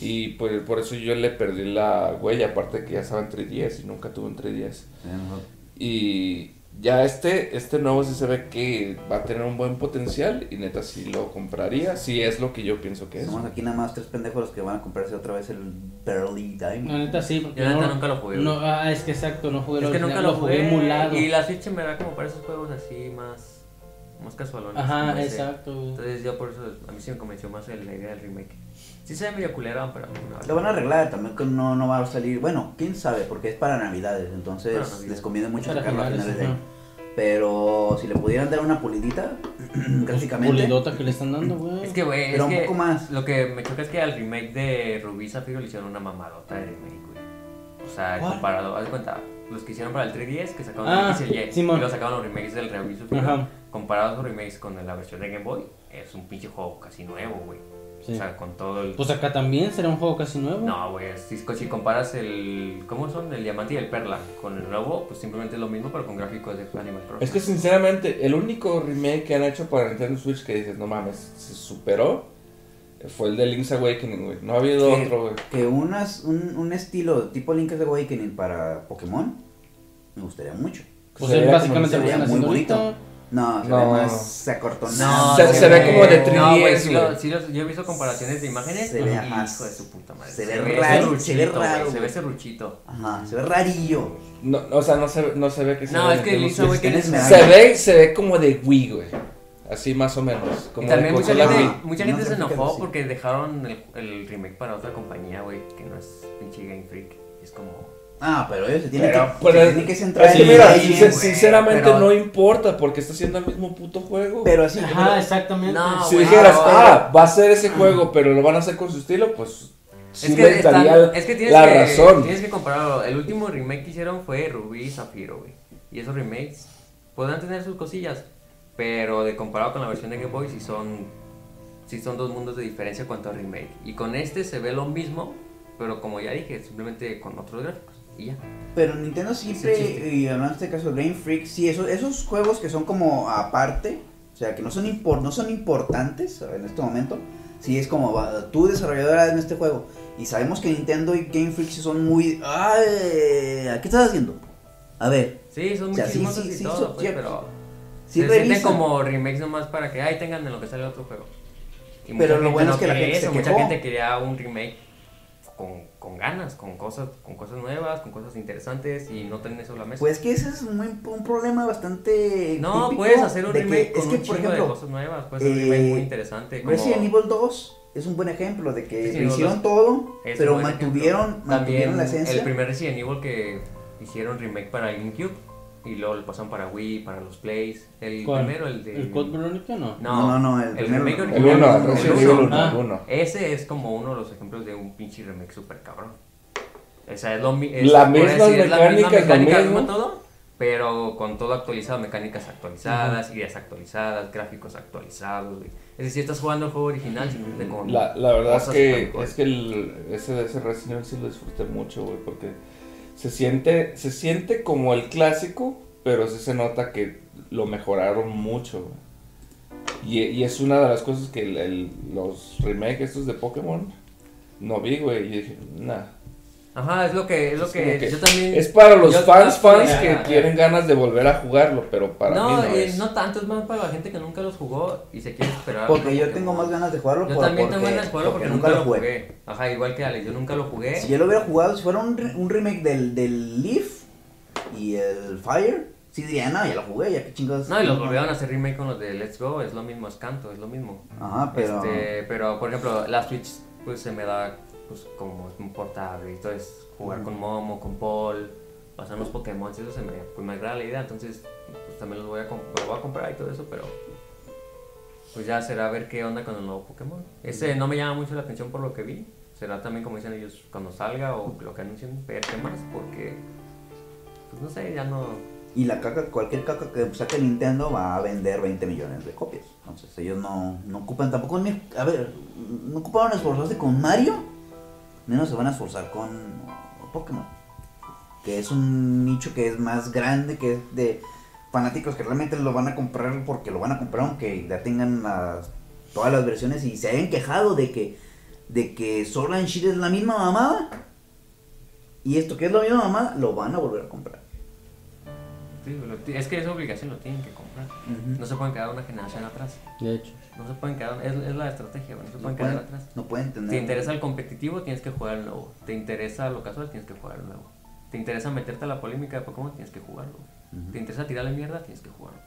D: Y pues por eso yo le perdí la huella, aparte que ya estaba en 3DS y nunca tuve un 3DS.
A: Sí, mejor.
D: Y ya este, este nuevo sí se ve que va a tener un buen potencial y neta sí lo compraría, si es lo que yo pienso que es.
A: Somos aquí nada más tres pendejos los que van a comprarse otra vez el Barely
B: La
A: Diamond.
B: neta sí, porque.
C: Yo la neta
B: no-
C: nunca lo jugué,
B: No,
C: güey.
B: ah, es que exacto, no jugué
C: es
B: el
C: que
B: original,
C: nunca lo jugué.
B: emulado.
C: Y la Switch me da como para esos juegos así más, más casualones. como
B: Ajá,
C: ese.
B: exacto, güey.
C: Entonces yo por eso a mí sí me convenció más el- la idea del remake. Sí se ve medio culero, pero no.
A: Lo van a arreglar también, que no, no va a salir. Bueno, quién sabe, porque es para Navidades, entonces
C: Para Navidad.
A: les conviene mucho
B: Para
A: sacarlo a
B: finales,
A: finales de
B: ajá.
A: año. Pero si le pudieran dar una pulidita, gráficamente.
B: Pues, Pulidota que le están dando, güey.
C: Es que, güey, es
A: Pero un
C: que
A: poco más.
C: Lo que me choca es que al remake de Rubí Zafiro le hicieron una mamadota de remake, güey. O sea,
B: ¿Cuál?
C: comparado, haz de cuenta, los que hicieron para el 3DS, que sacaron
B: Ah,
C: el X y el Y,
B: Simón.
C: y luego sacaron los remakes del Rubí Zafiro,
B: Ajá.
C: comparados los remakes con la versión de Game Boy, es un pinche juego casi nuevo, güey.
B: Sí.
C: O sea, con todo el...
B: Pues acá también será un juego casi nuevo.
C: No, güey, si, si comparas el... ¿Cómo son? El diamante y el perla con el nuevo, pues simplemente es lo mismo, pero con gráficos de Animal Crossing.
D: Es que sinceramente, el único remake que han hecho para Nintendo Switch que dices, no mames, se superó, fue el de Link's Awakening, güey. No ha habido
A: Sí.
D: otro, güey.
A: Que unas, un, un estilo tipo Link's Awakening para Pokémon, me gustaría mucho.
D: Que
B: Pues
D: se
B: es
D: vea
B: Pues básicamente
A: como se
B: lo que
A: veía
B: están
A: muy
B: haciendo
A: bonito.
B: ahorita.
A: No, se
D: No.
A: ve más. Se acortó.
C: No,
D: Se- se ve como de
C: no, güey,
D: 3DS,
C: sí lo-
D: güey.
C: sí los- yo he visto comparaciones de imágenes.
A: Se
C: Se
A: ve,
C: ve,
A: ajá.
C: hijo de su puta madre.
A: Se ve raro,
C: serruchito,
A: se ve raro,
C: güey, Se ve
A: güey.
C: serruchito.
A: Ajá, se ve rarillo.
D: No, o sea, no se, no se ve que se
C: No,
D: ve
C: es que
D: Nintendo
C: Lisa, güey,
D: Switch.
C: que
A: Tienes
C: es-
A: medalla.
D: Se ve, se ve como de Wii, güey. Así más o menos.
C: Y
D: Como
C: también
D: de
C: mucha
D: consola
C: gente,
D: Wii.
C: mucha
A: No
C: gente
A: sé
C: se
A: por qué
C: enojó
A: sí.
C: porque dejaron el, el remake para otra compañía, güey, que no es pinche Game Freak. Es como...
A: Ah, pero ellos se tienen
D: Pero,
A: que.
D: pero
A: se
D: es-
A: tienen que centrar
D: es que
A: en el
D: mira,
A: diseño,
D: sin-
A: güey.
D: sinceramente
C: pero-
D: no importa porque está haciendo el mismo puto juego.
A: Pero así.
B: Ajá, exactamente.
C: No,
D: si
C: güey,
D: dijeras,
C: no,
D: ah, va a ser ese juego, pero lo van a hacer con su estilo, pues sí
C: es,
D: le
C: que están-
D: daría
C: es que tienes
D: la
C: que,
D: razón.
C: Tienes que compararlo. El último remake que hicieron fue Rubí y Zafiro, güey. Y esos remakes podrán tener sus cosillas, pero de comparado con la versión de Game Boy, sí son, sí son dos mundos de diferencia en cuanto a remake. Y con este se ve lo mismo, pero como ya dije, simplemente con otros gráficos. Y ya.
A: Pero Nintendo siempre,
C: Sí, sí, sí.
A: y hablando en este caso de Game Freak, sí, esos, esos juegos que son como aparte, o sea, que no son, impor- no son importantes en este momento, sí es como, va, tú desarrolladora en este juego, y sabemos que Nintendo y Game Freak sí son muy... ¡Ay! ¿Qué estás haciendo? A ver,
C: Sí, son
A: O sea,
C: muy
A: sí,
C: chismosos
A: sí,
C: y
A: sí,
C: todo,
A: son-
C: pues,
A: sí,
C: pero
A: sí
C: se sienten
A: revisan.
C: como remakes nomás para que, ay, tengan en lo que sale otro juego. Y mucha
A: Pero lo
C: gente
A: bueno
C: no
A: es que la
C: quiere
A: gente se
C: eso, Mucha
A: quejó.
C: gente quería un remake con, con ganas, con cosas, con cosas nuevas, con cosas interesantes y no tener eso en la mesa.
A: Pues que ese es muy- un problema bastante...
C: no,
A: típico
C: puedes hacer un
A: de que-
C: remake con
A: es que,
C: un
A: por
C: chingo de
A: ejemplo,
C: cosas nuevas, puedes hacer un remake
A: eh,
C: muy interesante. Como...
A: Resident Evil 2 es un buen ejemplo de que
C: Resident
A: lo
C: Evil
A: hicieron
C: 2
A: todo,
C: es
A: pero
C: un buen ejemplo.
A: mantuvieron, mantuvieron la
C: También
A: esencia.
C: El primer Resident Evil que hicieron remake para GameCube y luego lo pasan para Wii, para los Plays. El
B: ¿Cuál?
C: primero, el de.
B: ¿El Code Veronica no?
A: No, no, no, el primero.
C: remake
A: El
D: El
C: original,
D: uno,
A: el
D: Resident
A: uno.
D: Evil uno,
B: Ah.
D: el uno.
C: Ese es como uno de los ejemplos de un pinche remake super cabrón. O sea, es lo mi- es-
D: La
C: por
D: misma
C: decir, es
D: mecánica, es lo
C: mecánica,
D: mismo.
C: mismo todo, pero con todo actualizado, mecánicas actualizadas, ideas actualizadas, gráficos actualizados, güey. Es decir, estás jugando el juego original simplemente con
D: La, la verdad es
C: cosas
D: que,
C: actuales.
D: es que el, ese, ese Resident Evil sí lo disfruté mucho, güey, porque se siente, se siente como el clásico, pero sí se nota que lo mejoraron mucho, güey. Y, y es una de las cosas que el- el- los remakes estos de Pokémon no vi, güey, y dije, nah.
C: Ajá, es lo que es lo
D: Es
C: que,
D: como que
C: yo también
D: Es para los
C: yo-
D: fans, fans
C: Ajá,
D: que
C: ajá.
D: tienen ganas de volver a jugarlo, pero para
C: no,
D: mí no
C: eh,
D: es.
C: no tanto, es más para la gente que nunca los jugó y se quiere esperar.
A: Porque yo tengo más ganas de jugarlo
C: Yo
A: por-
C: también
A: porque,
C: tengo ganas de jugarlo porque, nunca, lo jugué. Ajá, igual que Alex, yo nunca lo jugué.
A: Si yo lo hubiera jugado, si fuera un, re- un remake del, del Leaf y el Fire, sí diría, no, ya lo jugué, ya qué chingados.
C: No, y los volvieron a hacer remake con los de Let's Go, es lo mismo, es canto, es lo mismo.
A: Ajá, Ah, pero.
C: Este, pero por ejemplo, la Switch pues se me da pues como es muy portable, entonces jugar con Momo, con Paul, pasar los Pokémon, eso se me, pues, me agrada la idea, entonces pues, también los voy a, com- los voy a comprar y todo eso, pero pues ya será ver qué onda con el nuevo Pokémon. Ese no me llama mucho la atención por lo que vi, será también como dicen ellos cuando salga o lo que anuncien, ver qué más, porque pues no sé, ya no...
A: Y la caca, cualquier caca que saque Nintendo va a vender 20 millones de copias. Entonces ellos no, no ocupan tampoco. ni- A ver, no ocuparon esforzarse con Mario, menos se van a esforzar con Pokémon. Que es un nicho que es más grande, que es de fanáticos que realmente lo van a comprar porque lo van a comprar aunque ya tengan las- todas las versiones y se hayan quejado de que, de que Sword and Shield es la misma mamada. Y esto que es la misma mamada, lo van a volver a comprar.
C: sí, lo ti- es que es obligación, lo tienen que comprar.
A: Ujú.
C: No se pueden quedar una generación atrás.
B: De hecho.
C: No se pueden quedar, es, es la estrategia, güey, no se
A: No
C: pueden
A: pueden,
C: quedar atrás.
A: no pueden tener.
C: Te interesa el competitivo, tienes que jugar el nuevo. Te interesa lo casual, tienes que jugar el nuevo. Te interesa meterte a la polémica de Pokémon, tienes que jugarlo. güey.
A: Ujú.
C: Te interesa tirarle mierda, tienes que jugarlo.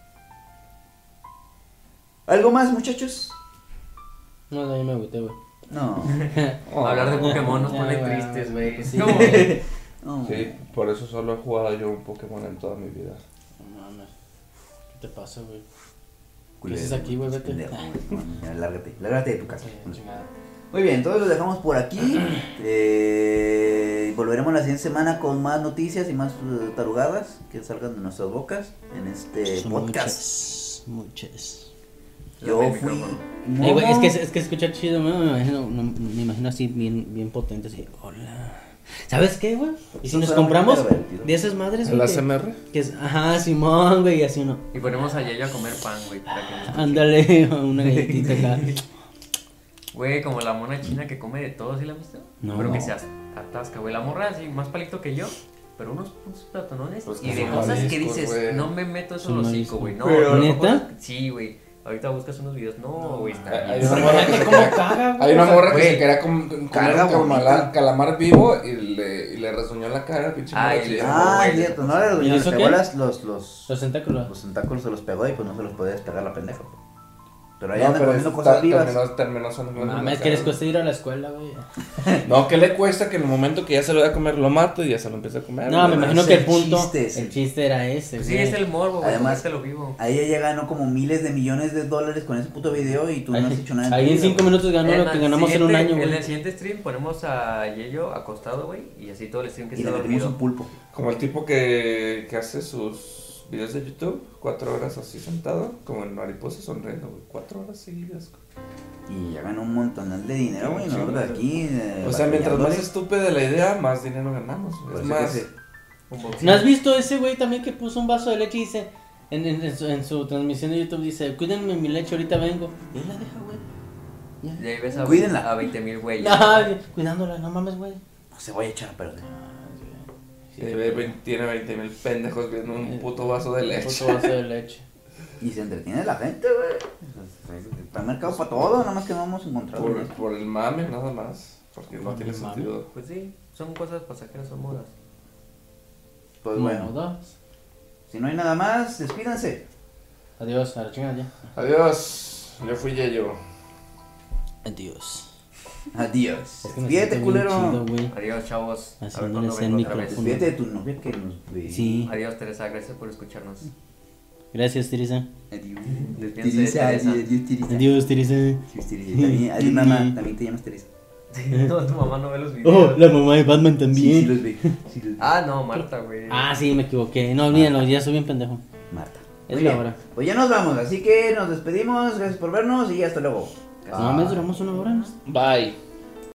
A: ¿Algo más, muchachos?
B: No, de ahí me agüité, güey.
A: No.
D: Oh.
C: Hablar de Pokémon nos
B: Ya,
C: pone
B: güey,
C: tristes, güey.
B: pues
C: Es
B: sí.
C: como-
A: No.
B: Pues
D: Sí, por eso solo he jugado yo un Pokémon en toda mi vida.
B: No mames. ¿Qué te pasa, güey?
A: Culero,
B: ¿Qué haces aquí, güey? Vete.
A: pendejo, güey. No, ya, lárgate, lárgate de tu casa.
B: Eh, chingada.
A: Muy bien, entonces lo dejamos por aquí. Eh, volveremos la siguiente semana con más noticias y más eh, tarugadas que salgan de nuestras bocas en este
B: Son
A: podcast.
B: Muchas. Muchas.
A: Yo
C: Dame el
A: fui.
C: micrófono.
A: Momo.
B: Eh, güey, es que, es que escucha chido, güey, me imagino, no, me imagino así bien, bien potente, así, hola. ¿Sabes qué, güey? Y si
A: Eso
B: nos
A: suena muy
B: compramos
A: pervertido.
B: de esas madres,
D: ¿El
B: güey, que-
D: ASMR?
B: que es, ajá, Simón, güey, y así uno,
C: Y ponemos a Yayo a comer pan, güey. para que nos escuche.
B: ándale, una galletita acá.
C: Güey, como la mona china que come de todo, ¿sí la has visto?
B: No.
C: Pero que se as- atasca, güey. La morra así, más palito que yo. pero unos puntos platonones
D: Pues que
C: y de
D: son
C: cosas que
D: mariscos,
C: dices,
D: güey.
C: no me meto eso en
B: Son
C: los
B: mariscos.
C: cinco, güey. No,
B: Pero-
C: no, no,
B: ¿Neta?
C: cosas- Sí, güey. Ahorita buscas unos videos. No, güey, está
D: Hay- hay
C: bien.
D: una morra que se
B: ¿Cómo
D: quería-
B: caga, Ah, güey?
D: Hay una
B: O sea,
D: morra que
C: güey,
D: se quería com- com- comer
A: carga
D: un
A: bonita.
D: calamar, calamar vivo y le, y le resuñó la cara, pinche
C: Ay,
D: morra chillona,
A: Ah,
D: güey.
A: es cierto, no le
B: ¿Y
A: los
B: eso
A: pegó
B: qué?
A: las- los, los,
B: Los tentáculos.
A: los tentáculos se los pegó y pues no se los podía despegar la pendeja. pues. Pero ahí
D: No,
A: anda
D: pero
A: comiendo
D: está-
A: cosas vivas.
D: terminó, terminó sonando la
B: Mames,
D: cara.
B: que les cuesta ir a la escuela, güey.
D: No, ¿qué le cuesta que en el momento que ya se lo voy a comer lo mato y ya se lo empieza a comer?
B: No, me
D: güey?
B: imagino
A: es
B: que el
A: el
B: punto.
A: chiste ese.
B: El chiste era ese,
C: Pues
B: güey.
C: sí, es el morbo, güey.
A: Además-
C: Además, te lo vivo.
A: Ahí ella ganó como miles de millones de dólares con ese puto video y tú no has hecho nada. en tu
B: Ahí en
A: vida,
B: cinco
A: güey.
B: minutos ganó
C: En
B: lo que
C: el
B: ganamos en un
C: siguiente-
B: año,
C: En
B: güey.
C: el siguiente stream ponemos a Yello acostado, güey, y así todo el stream que
A: Y
C: está
A: le metimos
C: dormido.
A: un pulpo.
D: Como el tipo que, que hace sus videos de YouTube, cuatro horas así sentado, como en mariposa sonriendo, güey, cuatro horas seguidas.
A: Y ya ganó un montón de dinero, güey.
D: Sí,
A: Nosotros
D: sí,
A: de aquí. eh,
D: O sea, mientras más
A: batalladores.
D: estúpida la idea, más dinero ganamos. güey.
A: Por
D: Es
A: eso que
D: más,
A: se-
C: Un boxeo.
B: ¿No has visto ese güey también que puso un vaso de leche y dice, en, en- en su, en su transmisión de YouTube dice, cuídenme mi leche, ahorita vengo? Y él la deja, güey.
C: Y ahí ves a,
A: Cuídenla.
C: a 20 mil güeyes.
B: No, cuidándola, no mames, güey.
A: Se voy a echar a perder.
D: eh, ve- ve- tiene 20 mil pendejos viendo un puto vaso de leche.
B: Eh, Puto vaso de leche.
A: Y se entretiene la gente, güey. Está mercado para todo, nada más que no hemos encontrado.
D: Por,
A: güey.
D: por el mame, nada más. Porque no
B: Por
D: tiene
B: el mame.
D: sentido.
C: Pues sí, son cosas pasajeras, son modas.
A: Pues
B: Uno,
A: bueno,
B: dos.
A: si no hay nada más, despídanse.
B: Adiós, a la chingada ya.
D: Adiós. Yo fui Yeyo.
B: Adiós.
A: Adiós.
B: Es que me
A: Despídete,
B: siento bien
A: culero.
B: chido, güey.
C: Adiós, chavos. A ver
B: Haciéndole
C: cuándo
B: hacer
C: vengo otra vez.
B: micrófono.
A: Despídete de tu novia que nos ve.
B: Sí.
C: Adiós, Teresa. Gracias por escucharnos.
B: Gracias, Tirisa.
A: Adiós.
C: Despídense de
A: Tirisa,
C: Teresa.
A: adiós, adiós, Tirisa.
B: Adiós, Tirisa.
A: Adiós, Tirisa. También- Adiós, mamá. También te llamas Teresa.
C: No, tu mamá no ve los
B: Oh,
C: videos.
B: la mamá de Batman
A: Sí, sí
B: también.
A: los ve. Sí los ve.
C: Ah, no, Marta, güey.
B: Ah, sí, me equivoqué. No, olvídenlo, ya soy bien pendejo.
A: Marta.
B: Es
A: Muy
B: la
A: bien.
B: hora.
A: Pues ya nos vamos, así que nos despedimos. Gracias por vernos y hasta luego.
B: Ah, No mames, duramos una hora. ¿no?
D: Bye.